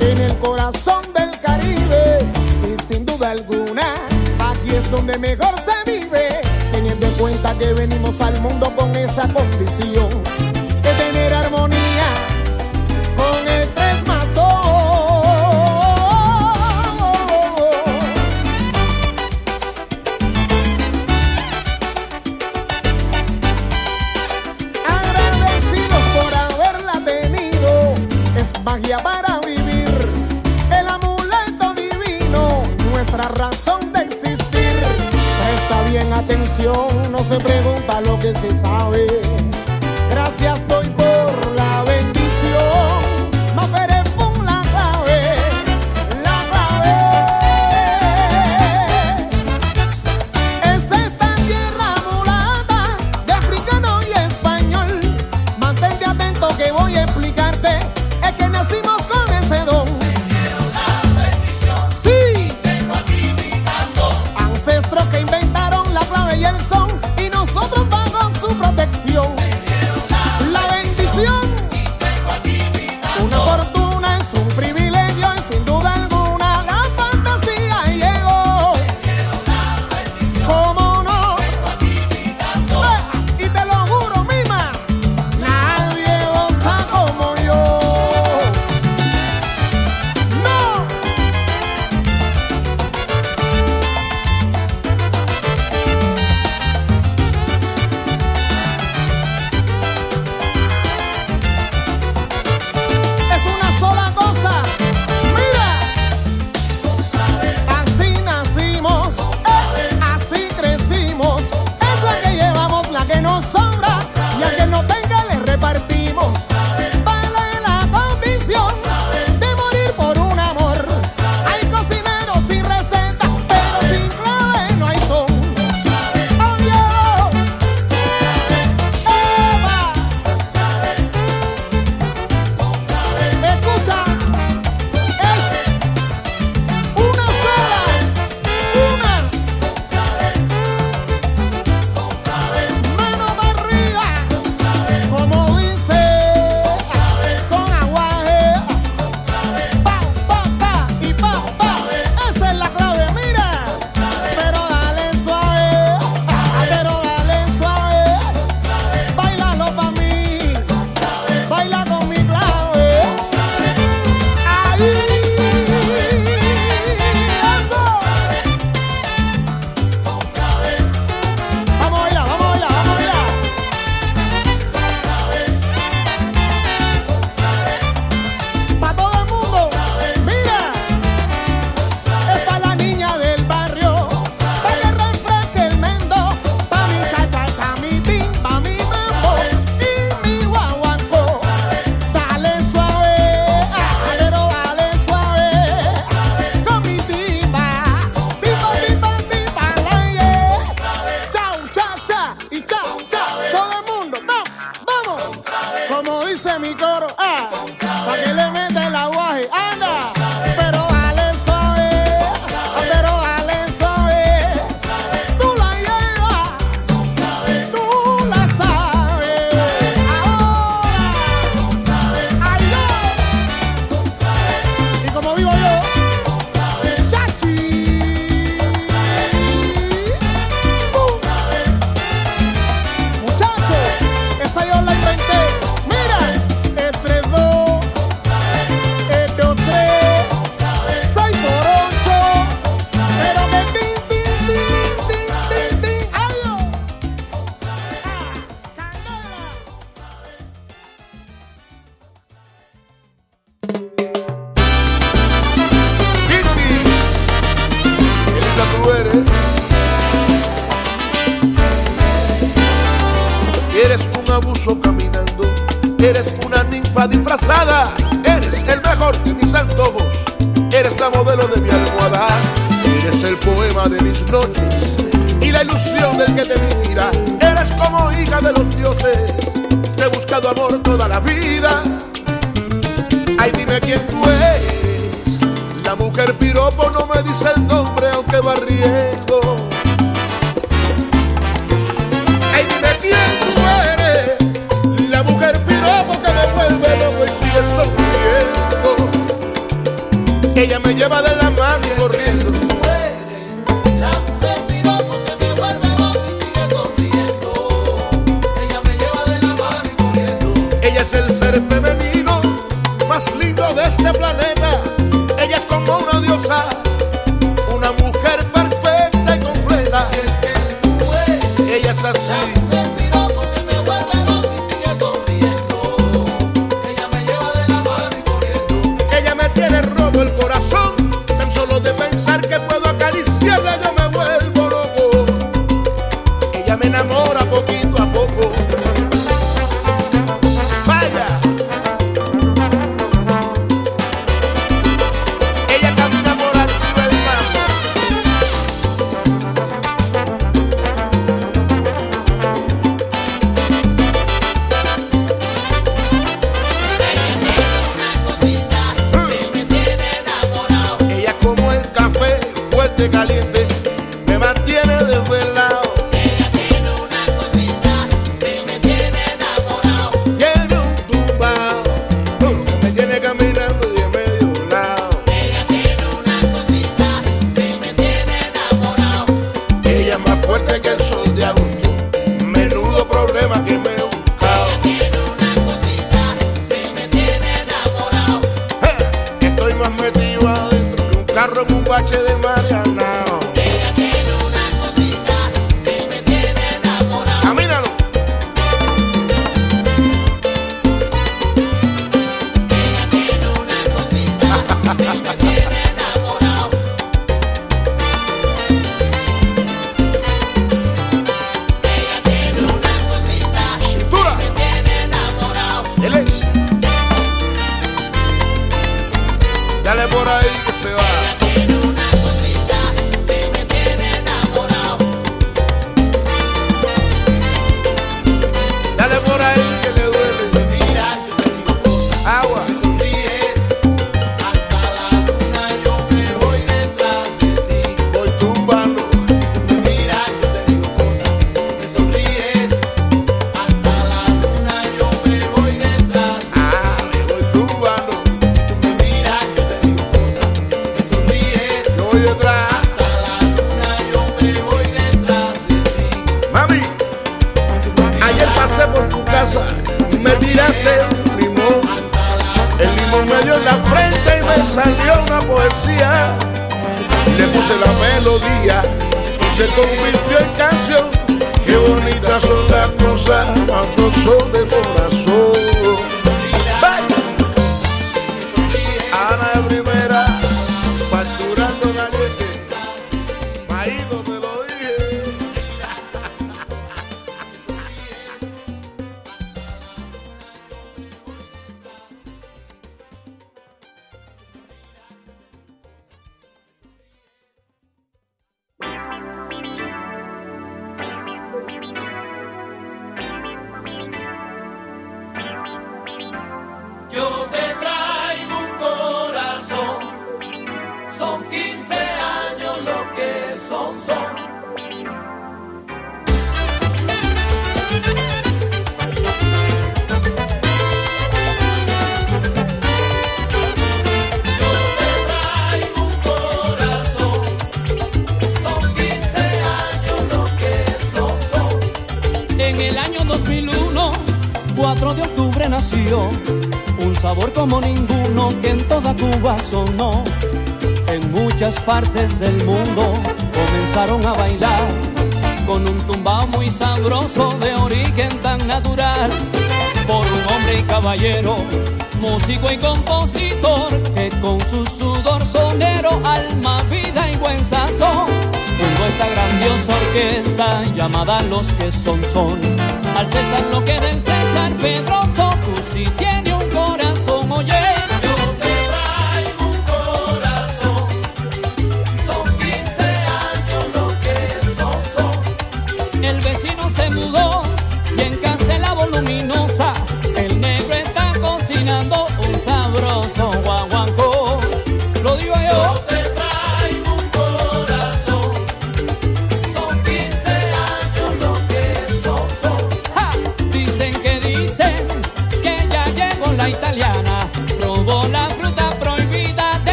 S7: en el corazón del Caribe. Y sin duda alguna, aquí es donde mejor se vive, teniendo en cuenta que venimos al mundo con esa condición de tener armonía con el 3 más 2. agradecidos por haberla tenido. Es magia para vivir, el amuleto divino, nuestra razón de existir. Presta bien atención, no se pregunta lo que se sabe. Gracias doy por la bendición, más pum la clave, la clave. Es esta tierra mulata de africano y español. Mantente atento que voy a explicarte. Es que nacimos con ese don. Sí, ancestros que inventaron la clave y el son. Y nosotros bajo su protección. La bendición. Una fortuna es un privilegio y sin duda alguna la fantasía llegó. ¿Cómo no? Eh, Y te lo juro, mima, nadie goza como yo. ¡No! Es una sola cosa. ¡Mira! Así nacimos, eh, así crecimos. Es la que llevamos, la que nos sobra. Y a quien no tenga le repartimos. Vale la condición de morir por un amor. Hay cocineros sin receta, pero sin clave no hay son. ¡Obvio! ¡Epa! Escucha, es una sola, una, mano para arriba, como dice, con aguaje, pa, pa, pa y pa, pa, esa es la clave, mira, pero dale suave, pero dale suave, bailalo pa' mí, baila con mi clave. Ahí, eso. Vamos a bailar, vamos a bailar, vamos a bailar. Pa' todo el mundo, mira. Es pa' la niña del barrio, pa' que refresque el mendo, pa' mi chachacha, mi timba, mi mambo y mi guaguancó. Dale suave, ah, pero dale suave. Con mi timba, timba, timba, timba, la yeah. Chao, cha, cha y chao, chao. Todo el mundo, vamos, vamos. Como dice mi coro, ah, pa' que le meta el aguaje, anda. Pero dale suave, ah, pero dale suave. Tú la llevas, tú la sabes. Ahora. Ay, yo. Y como digo yo, chachi. Uh. Muchacho, esa yo la inventé. Mira, entre dos, entre dos, tres, seis por ocho. Pero me tin, tin, tin, tin, tin, tin. Ay, yo. Ah, candela.
S11: Kitty, qué linda tú eres. Eres un abuso caminando, eres una ninfa disfrazada, eres el mejor de mis antojos, eres la modelo de mi almohada, eres el poema de mis noches y la ilusión del que te mira, eres como hija de los dioses, te he buscado amor toda la vida. Ay, dime quién tú eres. La mujer piropo no me dice el nombre aunque va riendo. Ay, dime quién tú eres. La mujer piropo que me vuelve loco y sigue me lleva de la mano corriendo.
S3: La mujer miró porque me vuelve loco y sigue sonriendo. Ella me lleva de la mano y corriendo.
S11: Ella es el ser femenino más lindo de este planeta. Ella es como una diosa, una mujer perfecta y completa.
S3: Es que tú eres
S11: Ella es
S3: la
S11: así,
S3: mujer miró porque me vuelve loco y sigue sonriendo. Ella me lleva de la mano y corriendo.
S11: ella me tiene robo el corazón. Tan solo de pensar que puedo acariciarla yo me vuelvo loco. Ella me enamora poquito a poco. Vaya. Ella camina por arriba del mar. Ella como el café, fuerte, caliente, me mantiene desvelado. Ella tiene una cosita que me tiene enamorado. Tiene un tumbao uh, que me tiene caminando de medio lado. Ella es más fuerte que el sol de agosto. Menudo problema que me he buscado. Eh, Estoy más metido adentro que un carro en un bache de Marianao. Ella tiene una cosita que me tiene enamorado. Camínalo. Cintura. Él es. Dale por ahí que se va. Dale por ahí que le duele.
S3: Mira, yo te digo cosas,
S11: Agua.
S3: me sonríes. Hasta la luna yo me voy detrás de ti.
S11: Voy tumbando.
S3: Mira, yo te digo cosas, si me sonríes, hasta la luna yo me voy detrás.
S11: Ah, me voy tumbando.
S3: Si tú me miras, yo te digo cosas, si me sonríes,
S11: Yo voy detrás.
S3: hasta la luna yo me voy detrás de ti.
S11: Mami, ayer pasé por tu casa. Me tiraste un limón. El limón me dio en la frente y me salió una poesía. Le puse la melodía y se convirtió en canción. Qué bonitas son las cosas cuando son de corazón. Vaya. Ana de primera, facturando galletes. Maíto te lo dije.
S3: Yo te traigo un corazón, son 15 años lo que son, son.
S12: En el año 2001, 4 de octubre nació un sabor como ninguno que en toda Cuba sonó. En muchas partes del mundo comenzaron a bailar con un tumbao muy sabroso de origen tan natural. Por un hombre y caballero, músico y compositor que con su sudor sonero, alma, vida y buen sazón fundó esta grandiosa orquesta llamada Los que son son. Al César lo que del César Pedroso, tú si tiene un corazón, oye. Yo te traigo un corazón, son 15 años lo que son son. El vecino se mudó y en cancela voluminosa, el negro está cocinando un sabroso guaguancó. Lo digo yo. ¡Ja! Dicen que dicen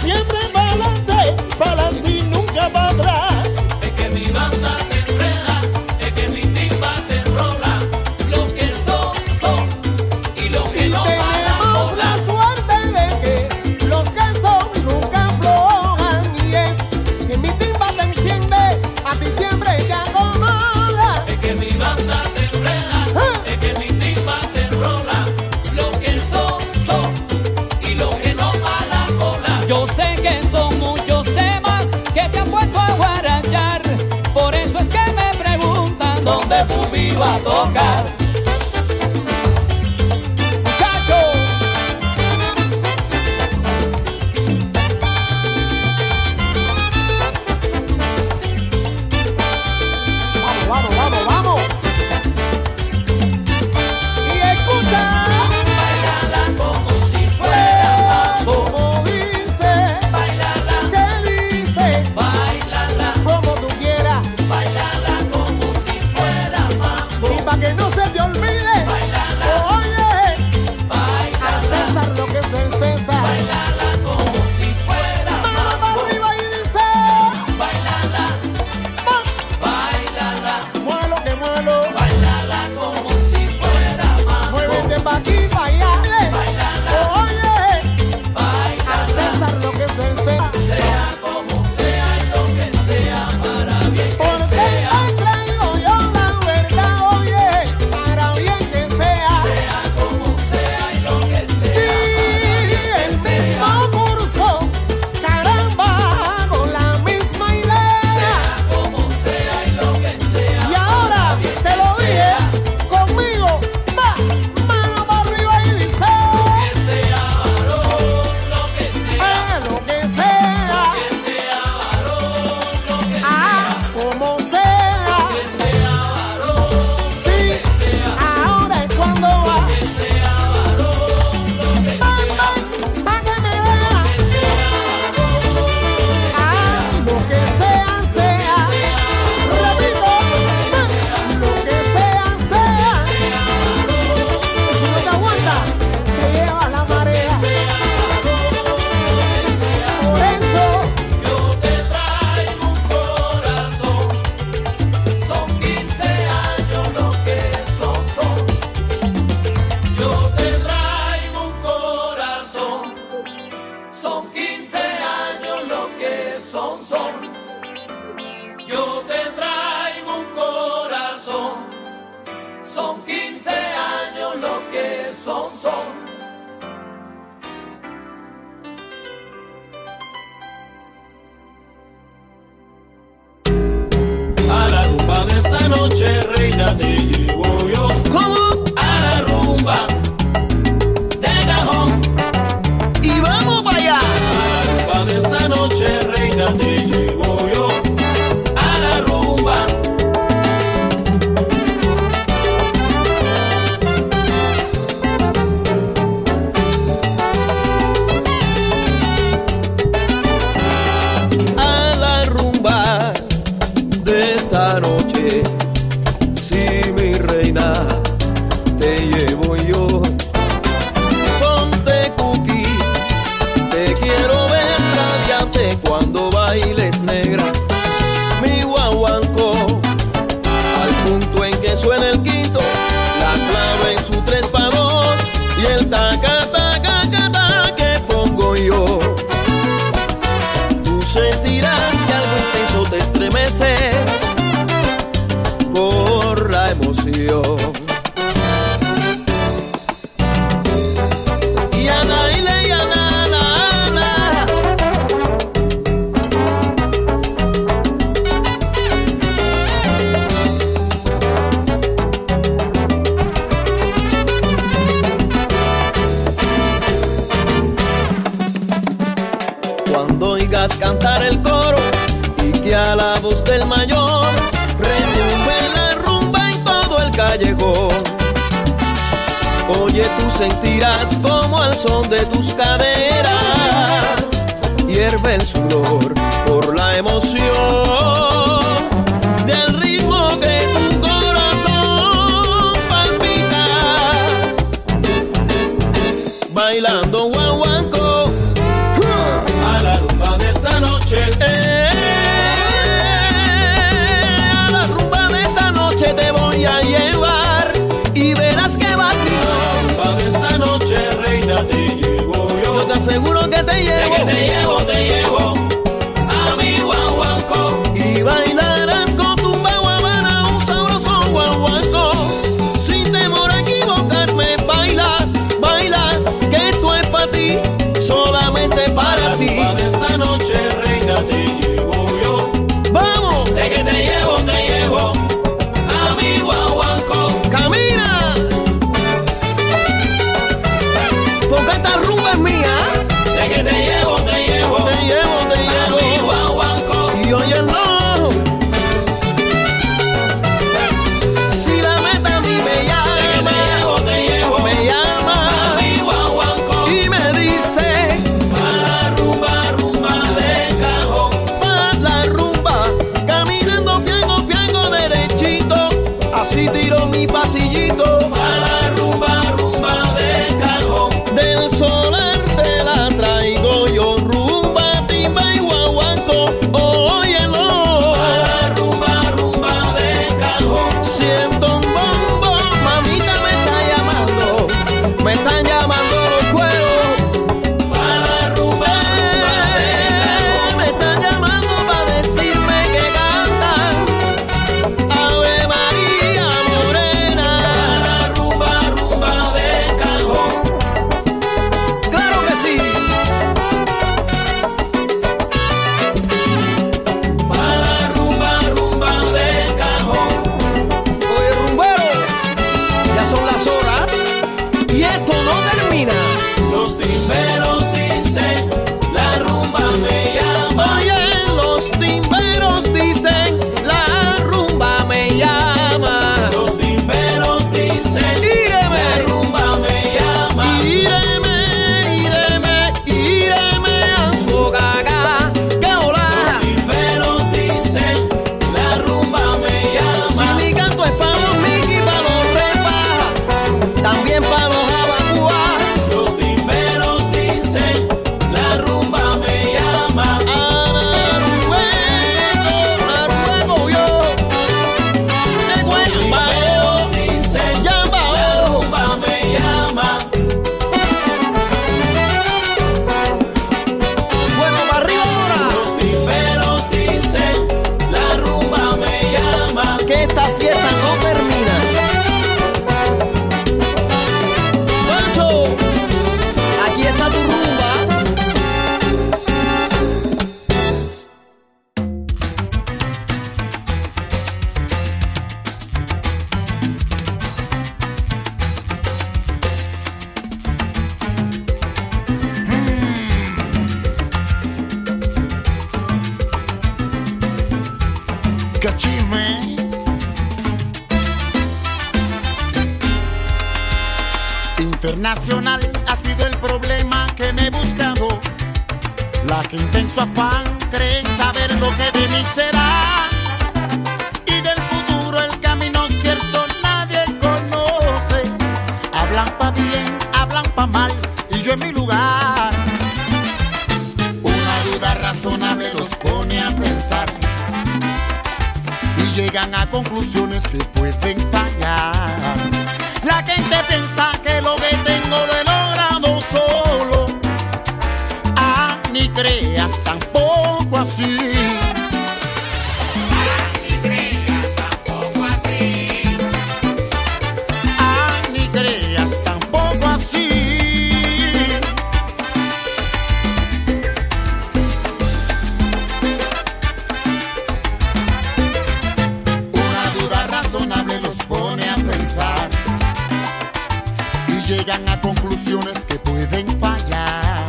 S5: siempre pa'lante, pa'lante y nunca para atrás.
S3: Es que mi banda te enreda, es que mi timba te enrola. Los que son, son, y los que
S7: Y
S3: no van a
S7: tenemos la
S3: doblar.
S7: suerte de que los que son nunca aflojan y es que mi timba te enciende, a ti siempre te acomoda. Ah.
S3: Es que mi banda te enreda, es que mi timba te enrola. Los que son, son, y los que no van a doblar.
S12: Yo sé que son muchos temas que te han puesto a guarachar. Por eso es que me preguntan dónde Pupi va a tocar. Muchachos,
S7: Vamos, vamos, vamos, vamos. Y escucha.
S3: Bailala como si fuera mambo.
S7: Como dice,
S3: Bailala,
S7: que dice,
S3: bailala,
S7: como tú quieras.
S3: bailala como si fuera mambo.
S7: Y para que no se te olvide, oye,
S3: Bailala,
S7: al César lo que es del César.
S3: bailala como si fuera
S7: Mano para
S3: mambo.
S7: arriba y dice,
S3: Bailala, bailala,
S7: muelo que muelo,
S3: bailala como si fuera mambo.
S7: muévete pa' aquí, pa' allá. eh. Oh,
S3: Bailala,
S7: Oye, eh. al
S3: bailala,
S7: César lo que es del César.
S3: sea como sea y lo que sea, para bien que
S7: Porque
S3: sea,
S7: hoy traigo yo la verdad, oye, para bien que sea.
S3: sea como sea y lo que
S7: Sí,
S3: sea.
S7: el mismo curso, caramba, con la misma idea.
S3: Sea como sea y lo que sea.
S7: Y ahora te lo dije conmigo, va, mano para arriba y dice,
S3: Que sea varón, lo que sea.
S7: a lo que sea,
S3: Que sea varón, lo que
S7: ah, como sea.
S3: que sea varón.
S7: Sí, ahora es cuando va.
S3: Que sea varón, lo que sea.
S7: Ven, pa' que me vea,
S3: Que sea varón,
S7: ah, lo que sea, sea. Repito, ven, lo que sea, sea. Y si no te aguanta, te lleva la marea. Por eso.
S3: Yo te traigo un corazón, son 15 años lo que son, son. Yo te traigo un corazón, son 15 años lo que son, son. Yo te traigo un corazón, son 15 años lo que son, son.
S13: A la rumba de esta noche, reina, te llevo yo.
S12: ¿cómo?
S13: A la rumba de cajón.
S12: Y vamos para allá.
S13: A la rumba de esta noche, reina, te llevo yo. A la rumba.
S5: a la rumba de esta noche. Si mi reina te llevo yo, ponte cookie, te quiero ver radiante cuando bailes negra. Mi guaguancó, al punto en que suena el quinto, la clave en su tres pa' dos y el taca taca taca que pongo yo. Tú sentirás que algo intenso te estremece por la emoción. Y ana, y le, y ana, ana, ana. Cuando oigas cantar el coro y que a la voz del mayor retumbe la rumba en todo el callejón. Oye, tú sentirás como al son de tus caderas hierve el sudor por la emoción del ritmo que tu corazón palpita. Bailando guaguancó.
S13: A la
S5: Eh,
S14: mucho chisme.
S7: Internacional ha sido el problema que me he buscado. La gente en su afán creen saber lo que de mí será. Y del futuro el camino cierto nadie conoce. Hablan pa' bien, hablan pa' mal, y yo en mi lugar. Una duda razonable los pone a pensar. Y llegan a conclusiones que pueden fallar. La gente piensa que lo que tengo lo he logrado solo. Ah, ni creas tampoco así. Ah, ni creas tampoco así. Una duda razonable los pone a pensar y llegan a conclusiones que pueden fallar.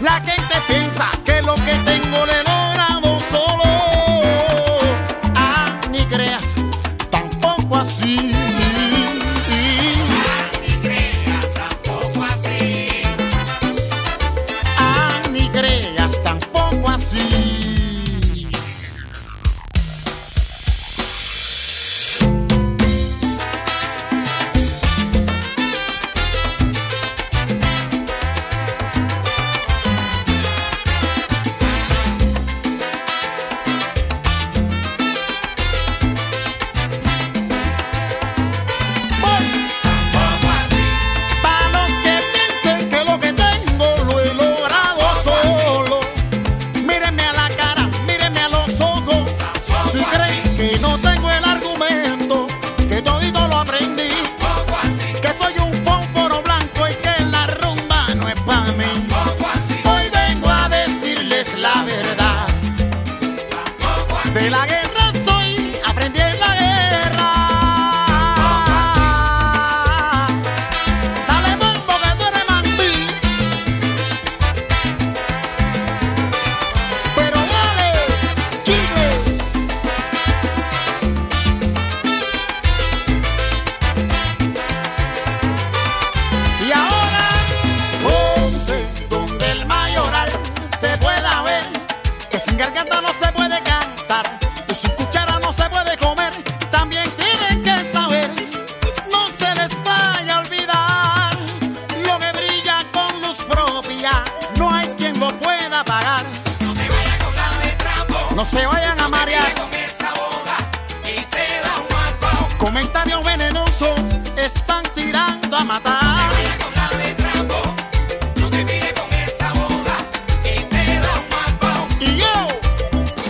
S7: La gente piensa que lo que tengo le logramos solo. Ah, ni creas tampoco así.
S3: Tampoco así,
S7: Ah, ni creas tampoco así.
S3: tampoco así,
S7: Para los que piensen que lo que tengo lo he logrado solo. Mírenme a la cara, mírenme a los ojos. Si creen que no tengo el argumento, que todito lo aprendí. Que soy un fósforo blanco y que la rumba no es para mí. Hoy vengo a decirles la verdad. De la guerra soy, aprendí en la guerra. Dale bombo que tú eres mambí. Pero dale, chicle. Y ahora ponte donde el mayoral te pueda ver. Que sin garganta no se puede cantar. Y sin cuchara no se puede comer. También tienen que saber. No se les vaya a olvidar. Lo que brilla con luz propia. No hay quien lo pueda pagar.
S3: no te vayas con la de trapo,
S7: No se vayan a marear.
S3: con esa boda que te da un arpa,
S7: Comentarios venenosos están tirando a matar.
S3: con la de trapo, no te mires con esa boda que te da un arpa,
S7: Y yo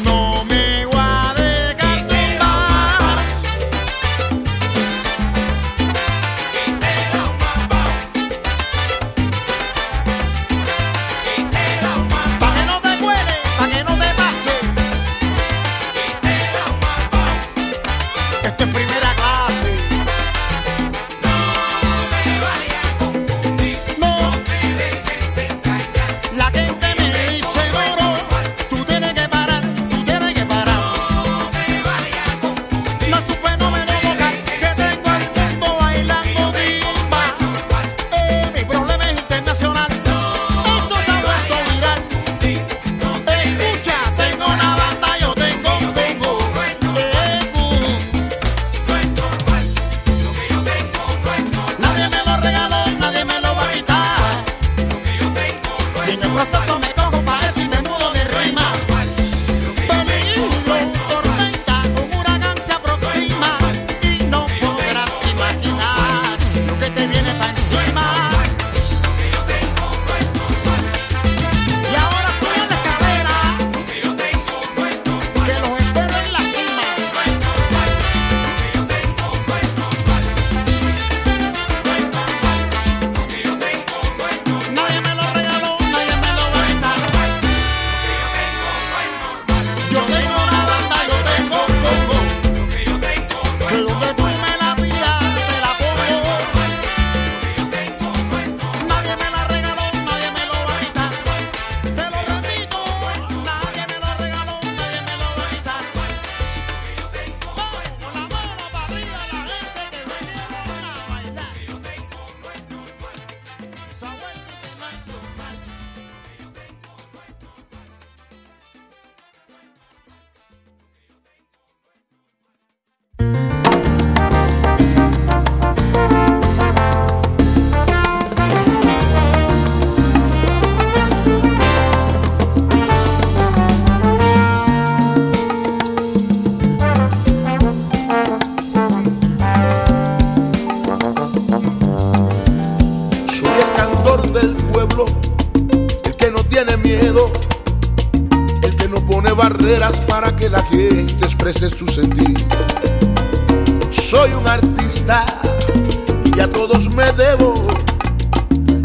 S7: no me voy a dejar tumbar.
S3: que te da un arpa, que te da un arpa,
S7: Pa' que no te cuele, pa' que no te pase.
S3: que te da un arpa,
S7: Esto es primera clase.
S3: no te vayas con
S11: barreras para que la gente exprese su sentir. Soy un artista y a todos me debo.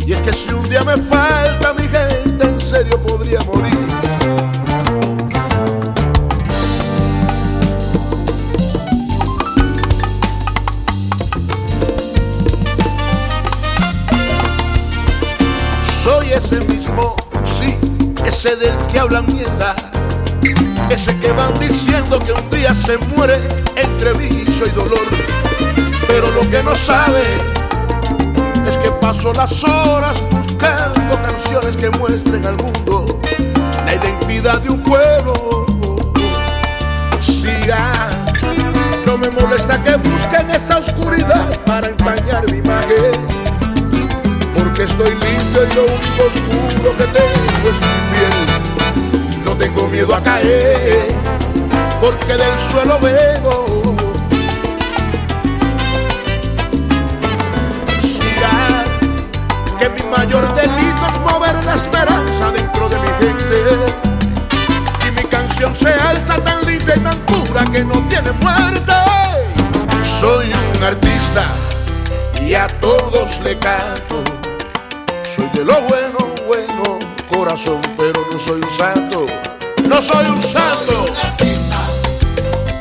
S11: Y es que si un día me falta mi gente, en serio podría morir. Soy ese mismo, sí, ese del que hablan mierda. Ese que van diciendo que un día se muere entre vicio y dolor. Pero lo que no sabe es que paso las horas buscando canciones que muestren al mundo la identidad de un pueblo. Siga, no me molesta que busquen esa oscuridad para empañar mi imagen. Porque estoy limpio y lo único oscuro que tengo es mi piel no tengo miedo a caer, porque del suelo vengo. Si hay que mi mayor delito es mover la esperanza dentro de mi gente, y mi canción se alza tan linda y tan pura que no tiene muerte. Soy un artista y a todos le canto, soy de lo bueno, bueno, corazón, pero no soy un santo, no soy un santo.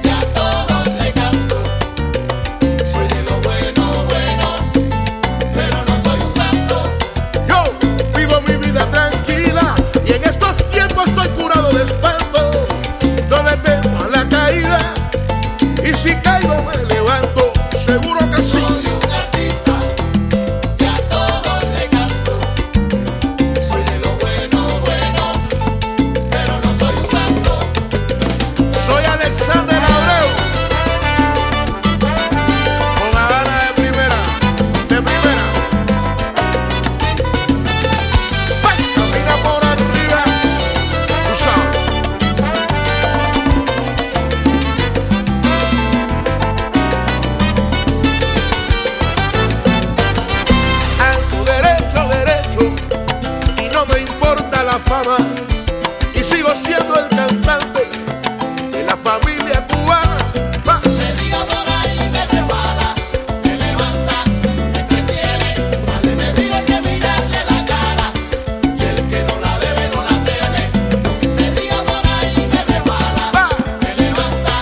S3: Que a todos le canto. Soy de lo bueno, bueno, pero no soy un santo.
S11: Yo vivo mi vida tranquila y en estos tiempos estoy curado de espanto. No le temo a la caída y si caigo me levanto, seguro que sí.
S3: Que a todos le canto. Soy de lo bueno, bueno, pero no soy un santo.
S11: Soy Alexander Abreu. Con la gana de primera, de primera. Pa, Camina por arriba, tú sabes. A tu derecho, derecho, y no me importa la fama. Y sigo siendo el cantante de la familia cubana. Va.
S3: Se diga por ahí, me resbala, me levanta, me entretiene. Más de medir hay que mirarle la cara, y el que no la debe no la debe. Lo que se diga por ahí, me resbala, me levanta,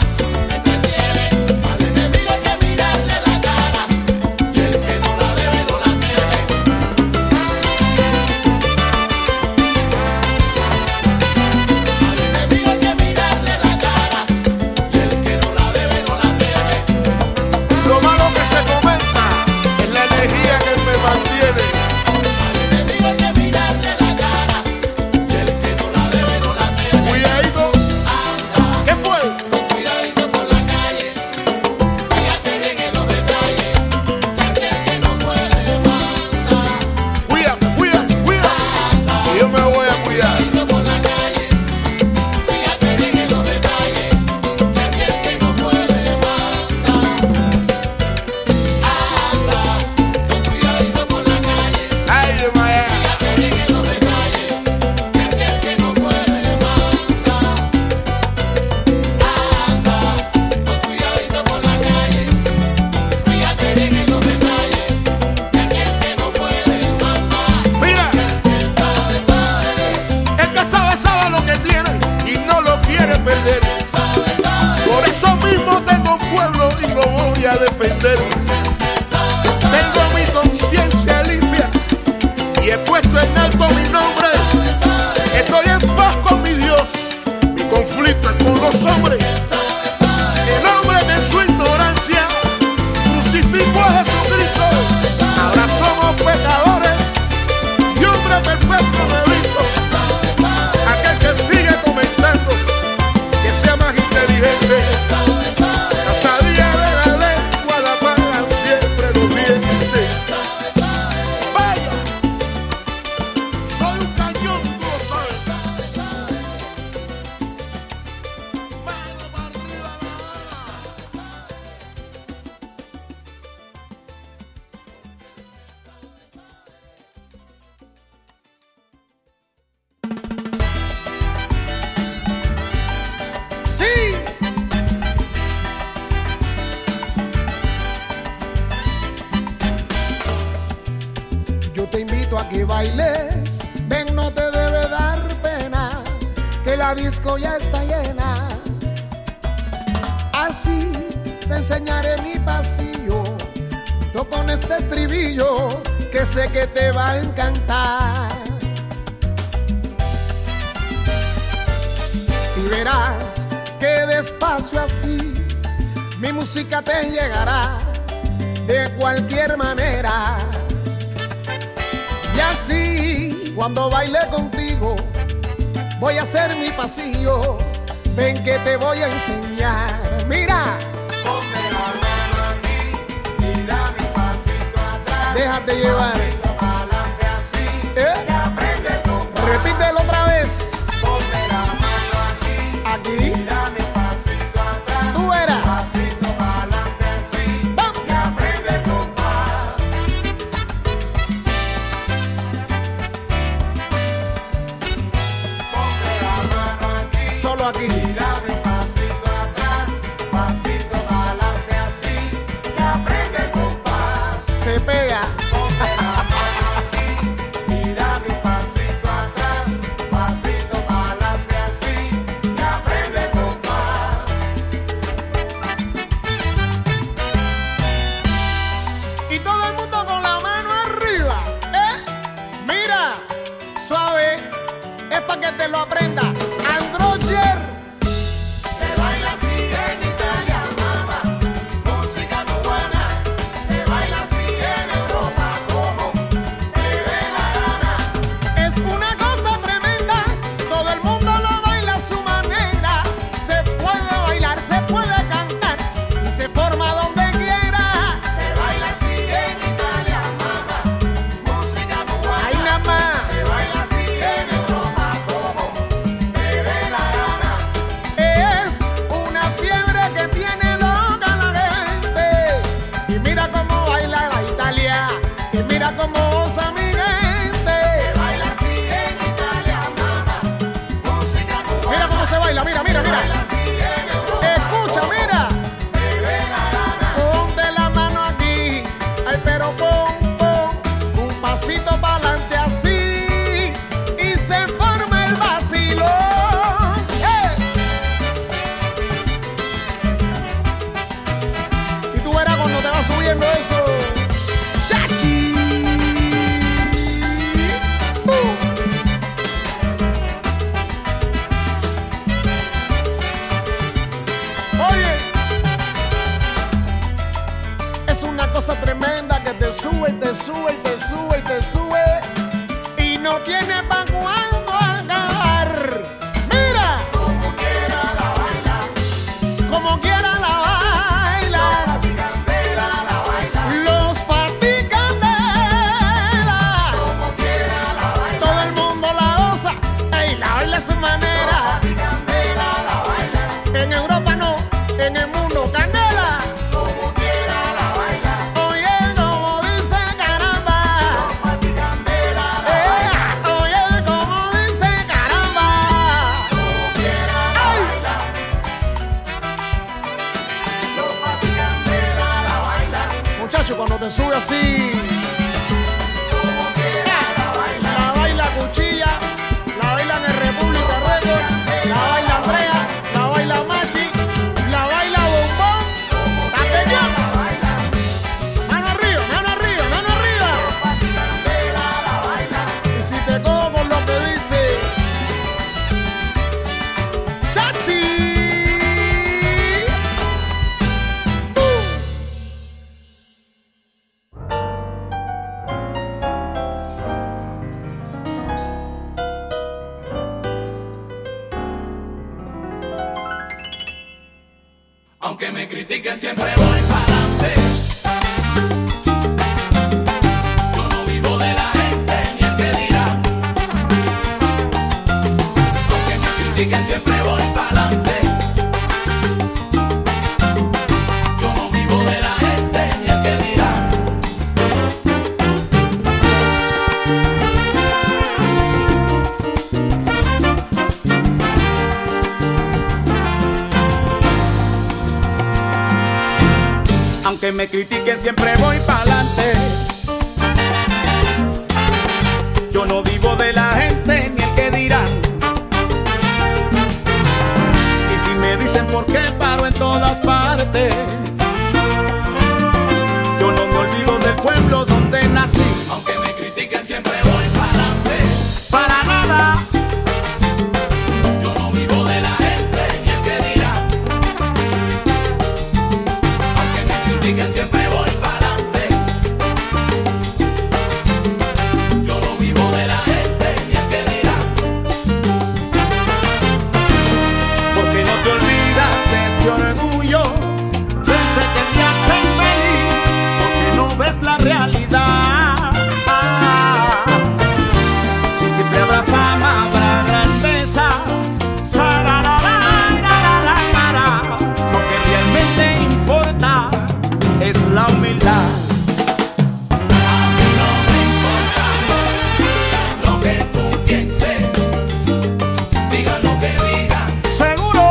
S3: me entretiene. Más de medir hay que mirarle la cara, y el que no la debe no la debe. Más de medir hay que mirarle la cara, y el que no la debe no la debe.
S11: Lo malo que se comenta es la energía que me mantiene.
S3: Digo que mirarle la cara y el que no la debe no la debe.
S11: Cuidadito, ¿qué fue?
S3: Con cuidadito por la calle, fíjate bien en los detalles. Que aquel que no puede manda.
S11: Cuídate, cuídate, cuídate. Yo me voy a cuidar.
S3: Cuidadito por la calle, fíjate bien en los detalles. Que aquel que no puede manda. Anda, con cuidadito por la calle,
S11: Ay, de Miami.
S3: fíjate bien en los detalles. Que aquel que no puede manda. Anda, con cuidadito por la calle. Fíjate bien en los detalles. Que aquel que no puede manda.
S11: Mira,
S3: Que sabe, sabe.
S11: el que sabe sabe lo que tiene y no lo quiere perder.
S3: Que sabe, sabe.
S11: Por eso mismo tengo un pueblo y lo voy a defender.
S3: Que sabe,
S11: Tengo mi conciencia limpia y he puesto en alto mi nombre.
S3: sabe.
S11: Estoy en paz con mi Dios. Mi conflicto es con los hombres.
S3: Que sabe, sabe.
S11: El hombre de su ignorancia crucificó a Jesucristo. Ahora somos pecadores y hombre perfecto me visto.
S3: Que sabe, sabe.
S11: Aquel que sigue comentando que sea más inteligente.
S3: Que sabe, sabe.
S11: La sabía de la lengua la paga siempre los dientes.
S3: Que sabe, sabe.
S11: Vaya, soy un cañón, tú lo sabes.
S3: Que sabe, sabe.
S11: Mano para arriba, la Habana.
S7: bailes, ven no te debe dar pena, que la disco ya está llena. Así te enseñaré mi pasillo, yo con este estribillo que sé que te va a encantar. Y verás que despacio así, mi música te llegará de cualquier manera. Y así, cuando baile contigo, voy a hacer mi pasillo. Ven que te voy a enseñar. Mira. Ponte la mano aquí y dame un pasito atrás. Déjate llevar. así. aprende tu Repítelo otra vez. Ponte la mano aquí. Aquí. Y dame un pasito atrás. Tú eras. pasito adelante así. Vamos. Y aprende tu Solo aquí. Y dame un pasito atrás, pasito adelante así. Que aprende el compás. Se pega. Y dame un pasito atrás, pasito adelante así. Que aprende el compás. Y todo el mundo con la mano arriba. ¿Eh? Mira. Suave. Es para que te lo aprenda. Androyer.
S3: Se baila así en Italia, mamá, música cubana. Se baila así en Europa, como
S7: Es una cosa tremenda, todo el mundo lo baila a su manera. Se puede bailar, se puede cantar y se forma donde quiera.
S3: se baila así en Italia, mamá, música cubana.
S7: Ay, nada más.
S3: Se baila así en Europa, como te ve la gana.
S7: Es una fiebre que tiene loca la gente. Y mira cómo baila la Italia. Y mira cómo goza mi gente. Se
S3: baila así en Italia, mamá. Música cubana.
S7: Mira cómo se baila, mira, mira, mira. Escucha, mira. Ponte la mano aquí. Ay, pero pon, pon. Un pasito para adelante así. Y se forma el vacilón. ¡Eh! Y tú verás cuando te va subiendo eso. Chachi. ¡Uh! Oye, es una cosa tremenda que te sube y te sube y te sube y te sube y no tiene pa' cuándo acabar. Mira, como quiera la baila, como quiera la baila, los paticandela la baila, los paticandela, como quiera la baila, todo el mundo la goza, ey, la baila a su manera. En Europa no, en el mundo canela. Como quiera la baila. Oye, como dice caramba. Como candela la baila. Oye, como dice caramba. Como quiera la baila. Como candela la baila. Muchacho, cuando te sube así. Como quiera la baila. La baila cuchilla, la baila en el República Record, la baila Andrea, la baila Machi, la baila Bombón, Atención. Mano arriba, mano arriba, mano arriba. Y si te como con lo que dice. Chachi.
S6: Aunque me critiquen siempre voy para adelante. Yo no vivo de la gente ni el que dirá. Aunque me critiquen siempre voy para adelante. Yo no vivo de la gente ni el que dirá. Aunque me critiquen siempre voy para adelante. Yo
S2: todas partes. Yo no me olvido del pueblo donde nací.
S3: Aunque me critiquen siempre voy para adelante.
S2: Para nada,
S3: Yo no vivo de la gente ni el que dirá. Aunque me critiquen siempre voy para adelante. Yo no vivo de la gente ni el que dirá.
S2: porque no te olvidas de ese orgullo. Pensé que te hacen feliz, porque no ves la realidad. Si siempre habrá fama, habrá grandeza. Sararararararara. Lo que realmente importa es la humildad.
S3: Lo que tú pienses, digan lo que digan,
S2: seguro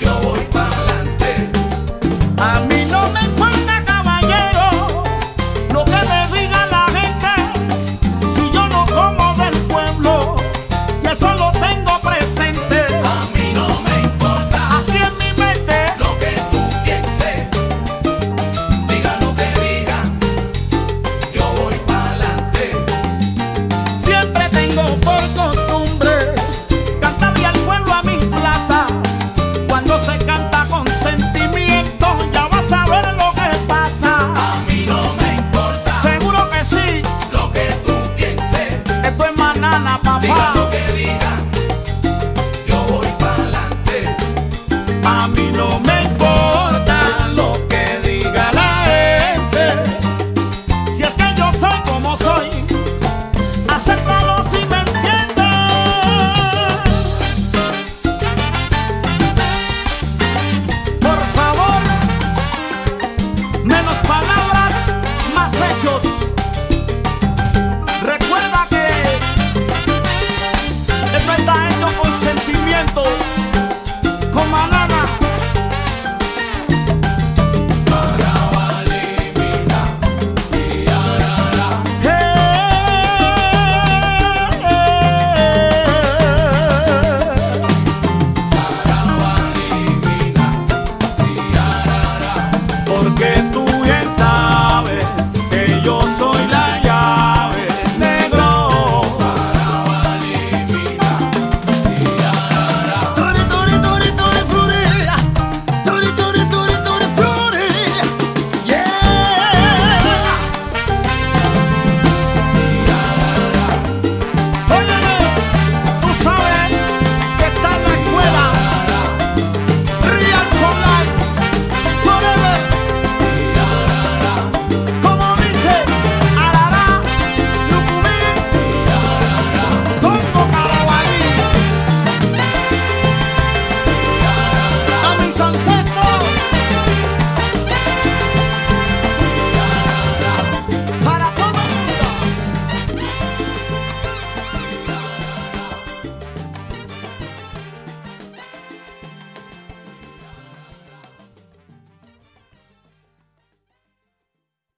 S3: yo voy para adelante.
S2: A mí no me importa, caballero, lo que me diga la gente. Si yo no como del pueblo, Oh, y eso lo tengo presente.
S3: A mí no me importa
S2: Así en mi mente,
S3: lo que tú pienses, digan lo que digan, yo voy para adelante.
S2: siempre tengo por costumbre cantarle al pueblo a mi plaza. Cuando se canta con sentimiento, ya vas a ver lo que pasa.
S3: A mí no me importa
S2: Seguro que sí,
S3: lo que tú pienses,
S2: esto es manana,
S3: digan
S2: papá.
S3: lo que digan, yo voy para adelante.
S2: A mí no me importa lo que diga la gente. Si es que yo soy como soy, acéptalo si me entiendes. Por favor, menos palabras, más hechos. Recuerda que esto está hecho con sentimientos. Con banana. Porque tú bien sabes que yo soy la llave negro.
S15: Tori, tori, tori, tori, flores. Tori, tori, tori, tori, flores. Yeah.
S2: Óyeme, tú sabes que está en la escuela. Real for life, forever. Como dice Arara, Lucumín, Congo Carabalí. A mis ancestros. Para todo el mundo.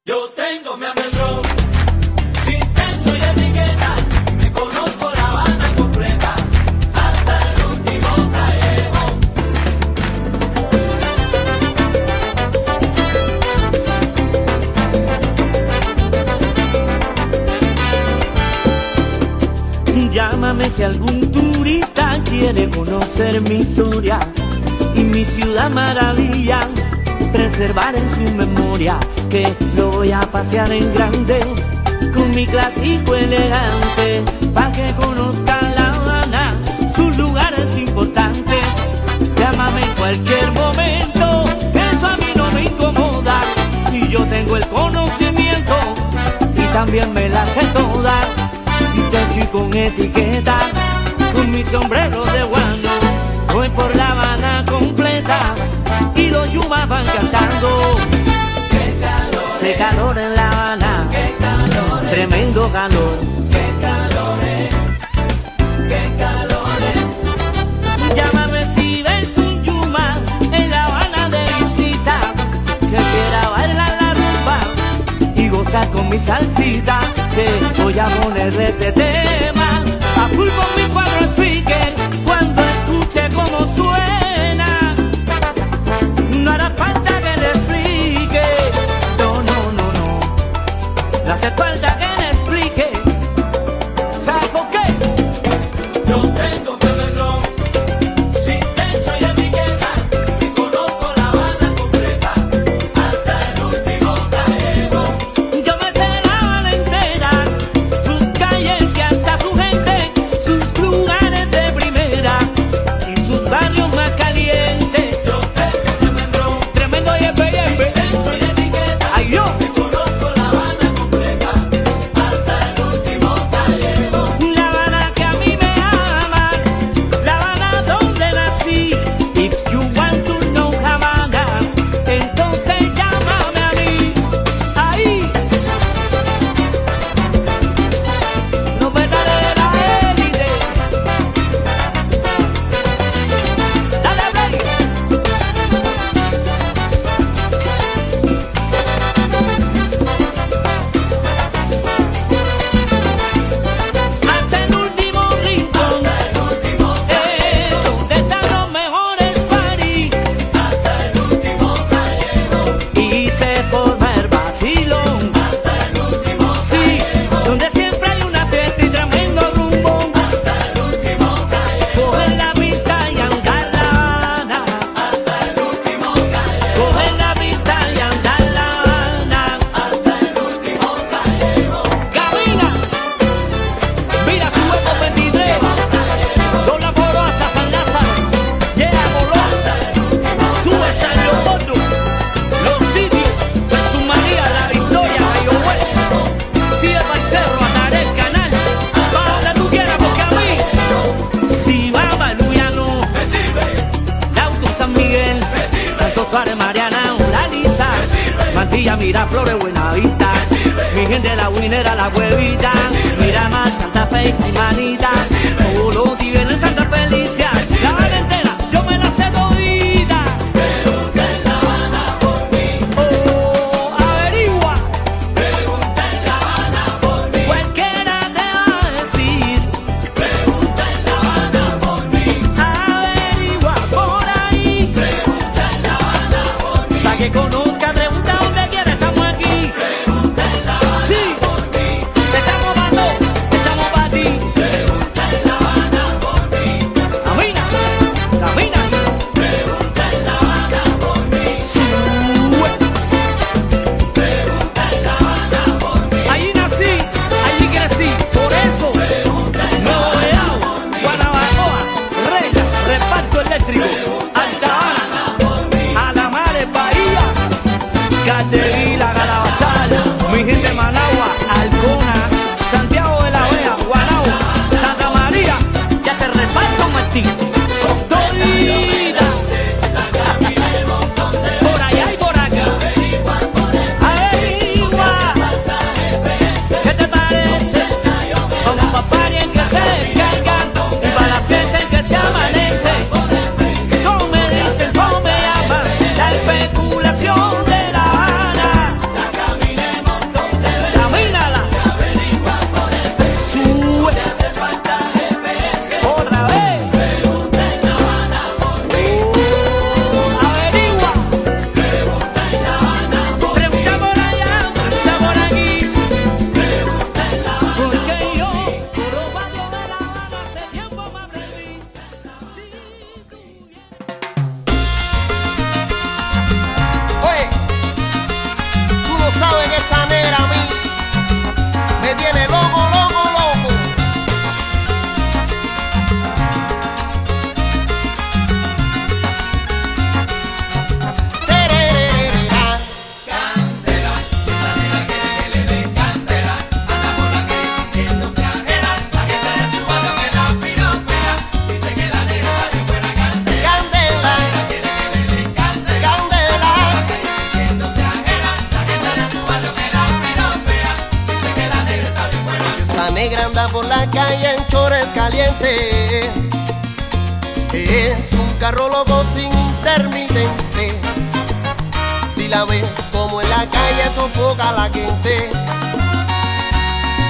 S3: Yo tengo mi amendro, sin techo y etiqueta, me conozco la Habana completa, hasta el último callejón.
S1: Llámame si algún turista quiere conocer mi historia y mi ciudad maravilla, preservar en su memoria que lo voy a pasear en grande con mi clásico elegante, para que conozcan La Habana, sus lugares importantes. Llámame en cualquier momento, eso a mí no me incomoda y yo tengo el conocimiento y también me la sé toda. Si te soy con etiqueta, con mi sombrero de guano, voy por la Habana completa y los yumas van cantando. Se calor en La Habana, tremendo calor. Llámame si ves un yuma en La Habana de visita, que quiera bailar la rumba y gozar con mi salsita que voy a ponerle este tema a full con mi cuadro speaker cuando escuche cómo suena no hará Barranquilla, mira Flores, Buenavista. Mi gente la winera, la huevita. Mira más Santa Fe y manita. Todo viene en Santa Felicia. La vaina entera, yo me la sé todita. Oh, Averigua. Cualquiera te va a decir. Averigua por ahí. Para que conozca, pregunta dónde quiera, estamos aquí. Sí. Te estamos dando, te estamos para ti. Camina, camina. Sube. Allí nací, allí crecí, por eso Nuevo León, Guanabacoa, Reca, Reparto Eléctrico, Alta Habana, Alamares, Bahía, Caterila, Garabazal, mi gente de Managua, Alcona, Santiago de la Vega, Guanabo, Santa María, ya te reparto Martín, todita. Por allá y por acá. Averigua. ¿Qué te parece? Vamos pa' party el que se descarga y para la fiesta el que se amanece. ¿Cómo me dicen? ¿Cómo me llaman? La especulación de La Habana. Camínala. Sube. Otra vez. Oh, averigua. Pregunta por allá, pregunta por aquí. Porque yo, por los barrios de La Habana, hace tiempo me aprendí.
S16: Oye, tú lo sabes que esa negra a mí me tiene loco, loco, loco. Serererera. Candela, candela. Esa negra anda por la calle en chores calientes. Es un carro loco sin intermitente. Si la ves como en la calle sofoca a la gente.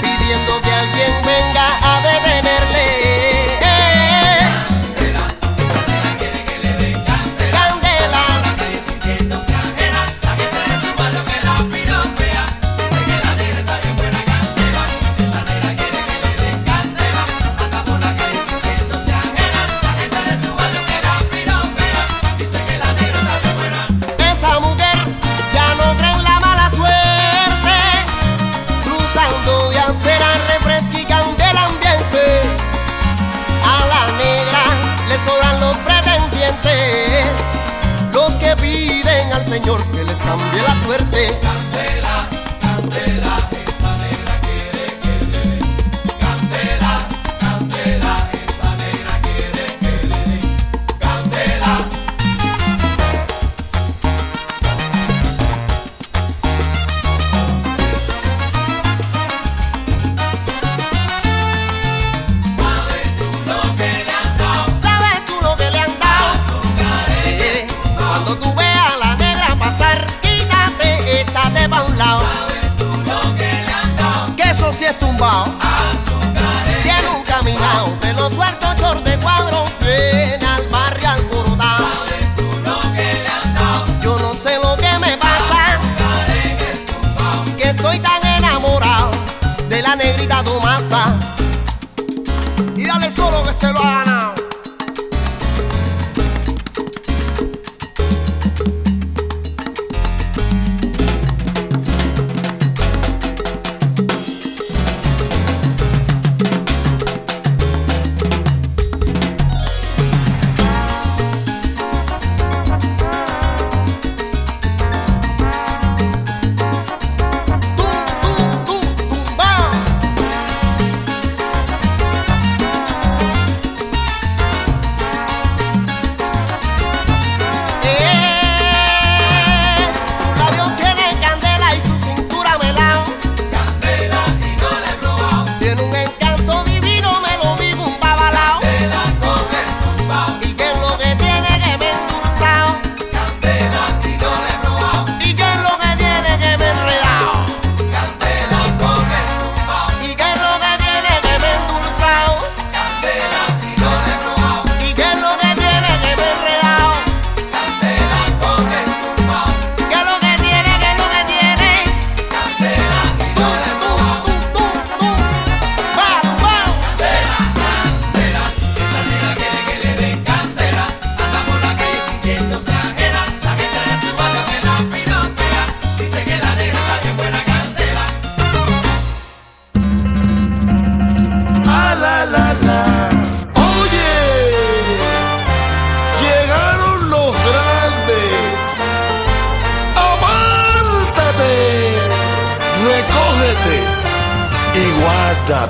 S16: Pidiendo que alguien venga a detenerle. Candela,
S2: Eh,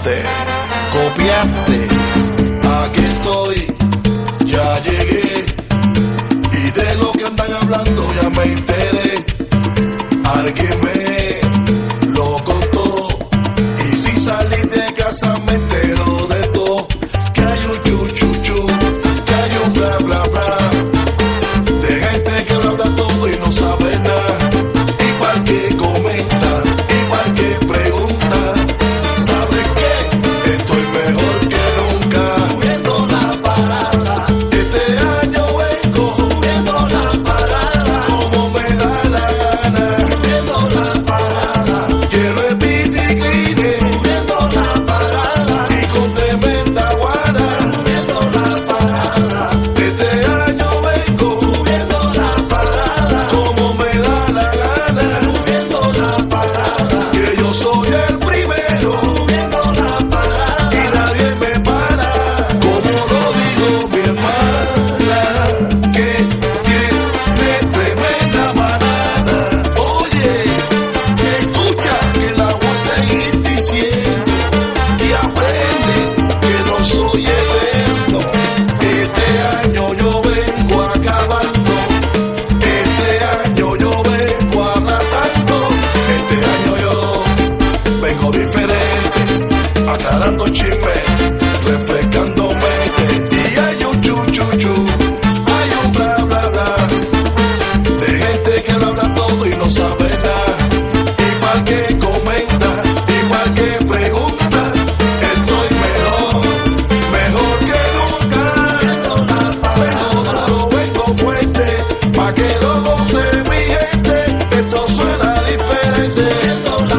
S7: Eh,
S11: Ah, Oh,
S14: guardaste, copiaste. Aquí estoy, ya llegué. Y de lo que andan hablando ya me enteré. Alguien me lo contó. Y si salí de casa me entero de todo. Que hay un chu chu chu, que hay un bla bla bla. De gente que lo habla todo y no sabe nada. Igual que comenta, igual que pregunta. ¿Sabe qué? Estoy mejor que nunca. Subiendo la parada. Este año vengo. Subiendo la parada. Como me da la gana. Subiendo la parada. Quiero el biticline. Subiendo la parada. Y con tremenda guana. Subiendo la parada. Este año vengo. Subiendo la parada. Como me da la gana. Subiendo la parada. Que yo soy el primero. Subiendo la parada. Y nadie me para. Como lo digo mi hermana. Que tiene tremenda manada. Oye, escucha que la voy a seguir diciendo. Y aprende que no soy eterno. Este año yo vengo acabando. Este año yo vengo arrasando. Este año yo vengo diferente. Aclarando chisme, refrescando mente. Y hay un chu chu chu. Hay un bla bla bla. De gente que lo habla todo y no sabe nada. Igual que comenta, igual que pregunta. Estoy mejor, mejor que Pa' que lo goce mi gente, esto suena diferente. Tú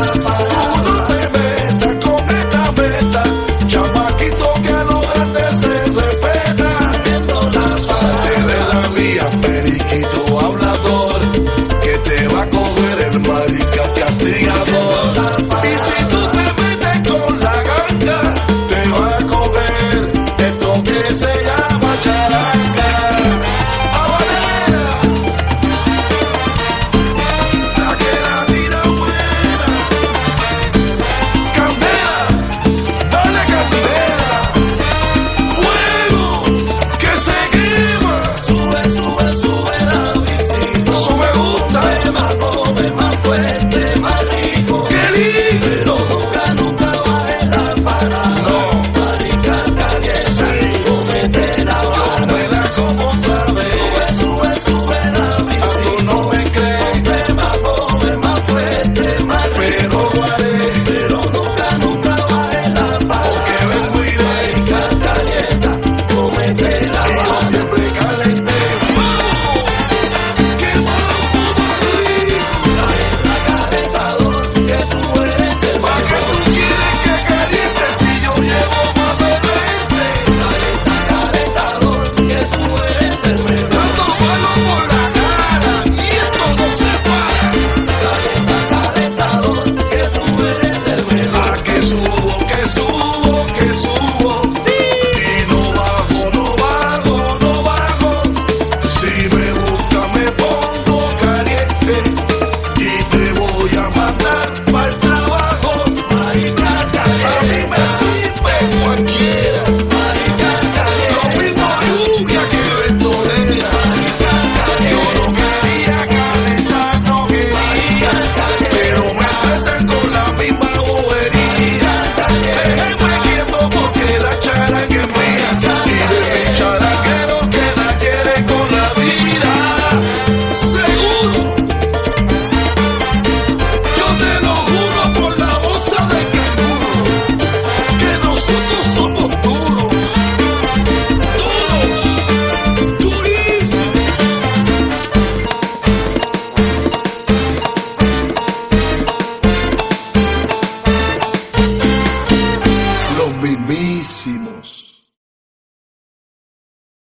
S14: no te metas con esta meta, chamaquito que a los grandes se respeta. Salte de la vía, periquito hablador, que te va a coger el marica castigador. Y si tú te metes con la ganga, te va a coger esto que se llama charanga. Dale candela, fuego que se quema. Sube, sube, sube la visita. Eso me gusta. Ve más joven, más fuerte, más rico. Qué lindo. Pero nunca, nunca baje la parada. No. Marica caliente. Comete la vara. me la como otra vez. Sube, sube, sube la visita. A tú no me crees. Ve más joven, más fuerte, más rico. Pero lo haré. Pero nunca, nunca baje la parada. Porque vengo y Marica calienta. Comete la vara. yo siempre caliente. A que subo, que subo, que subo Y no bajo, no bajo, no bajo Si me busca me pongo caliente Y te voy a mandar para el trabajo A mí me sirve cualquiera Lo mismo lluvia que ventolera Yo no quería calentar, no quería Pero me estresan con la misma bobería Déjenme quieto porque la charanga es mía Y de mi charanguero que la quiere con la vida Seguro Yo te lo juro por la bolsa de canguro Que nosotros somos duros Duros Durísimos los mismísimos.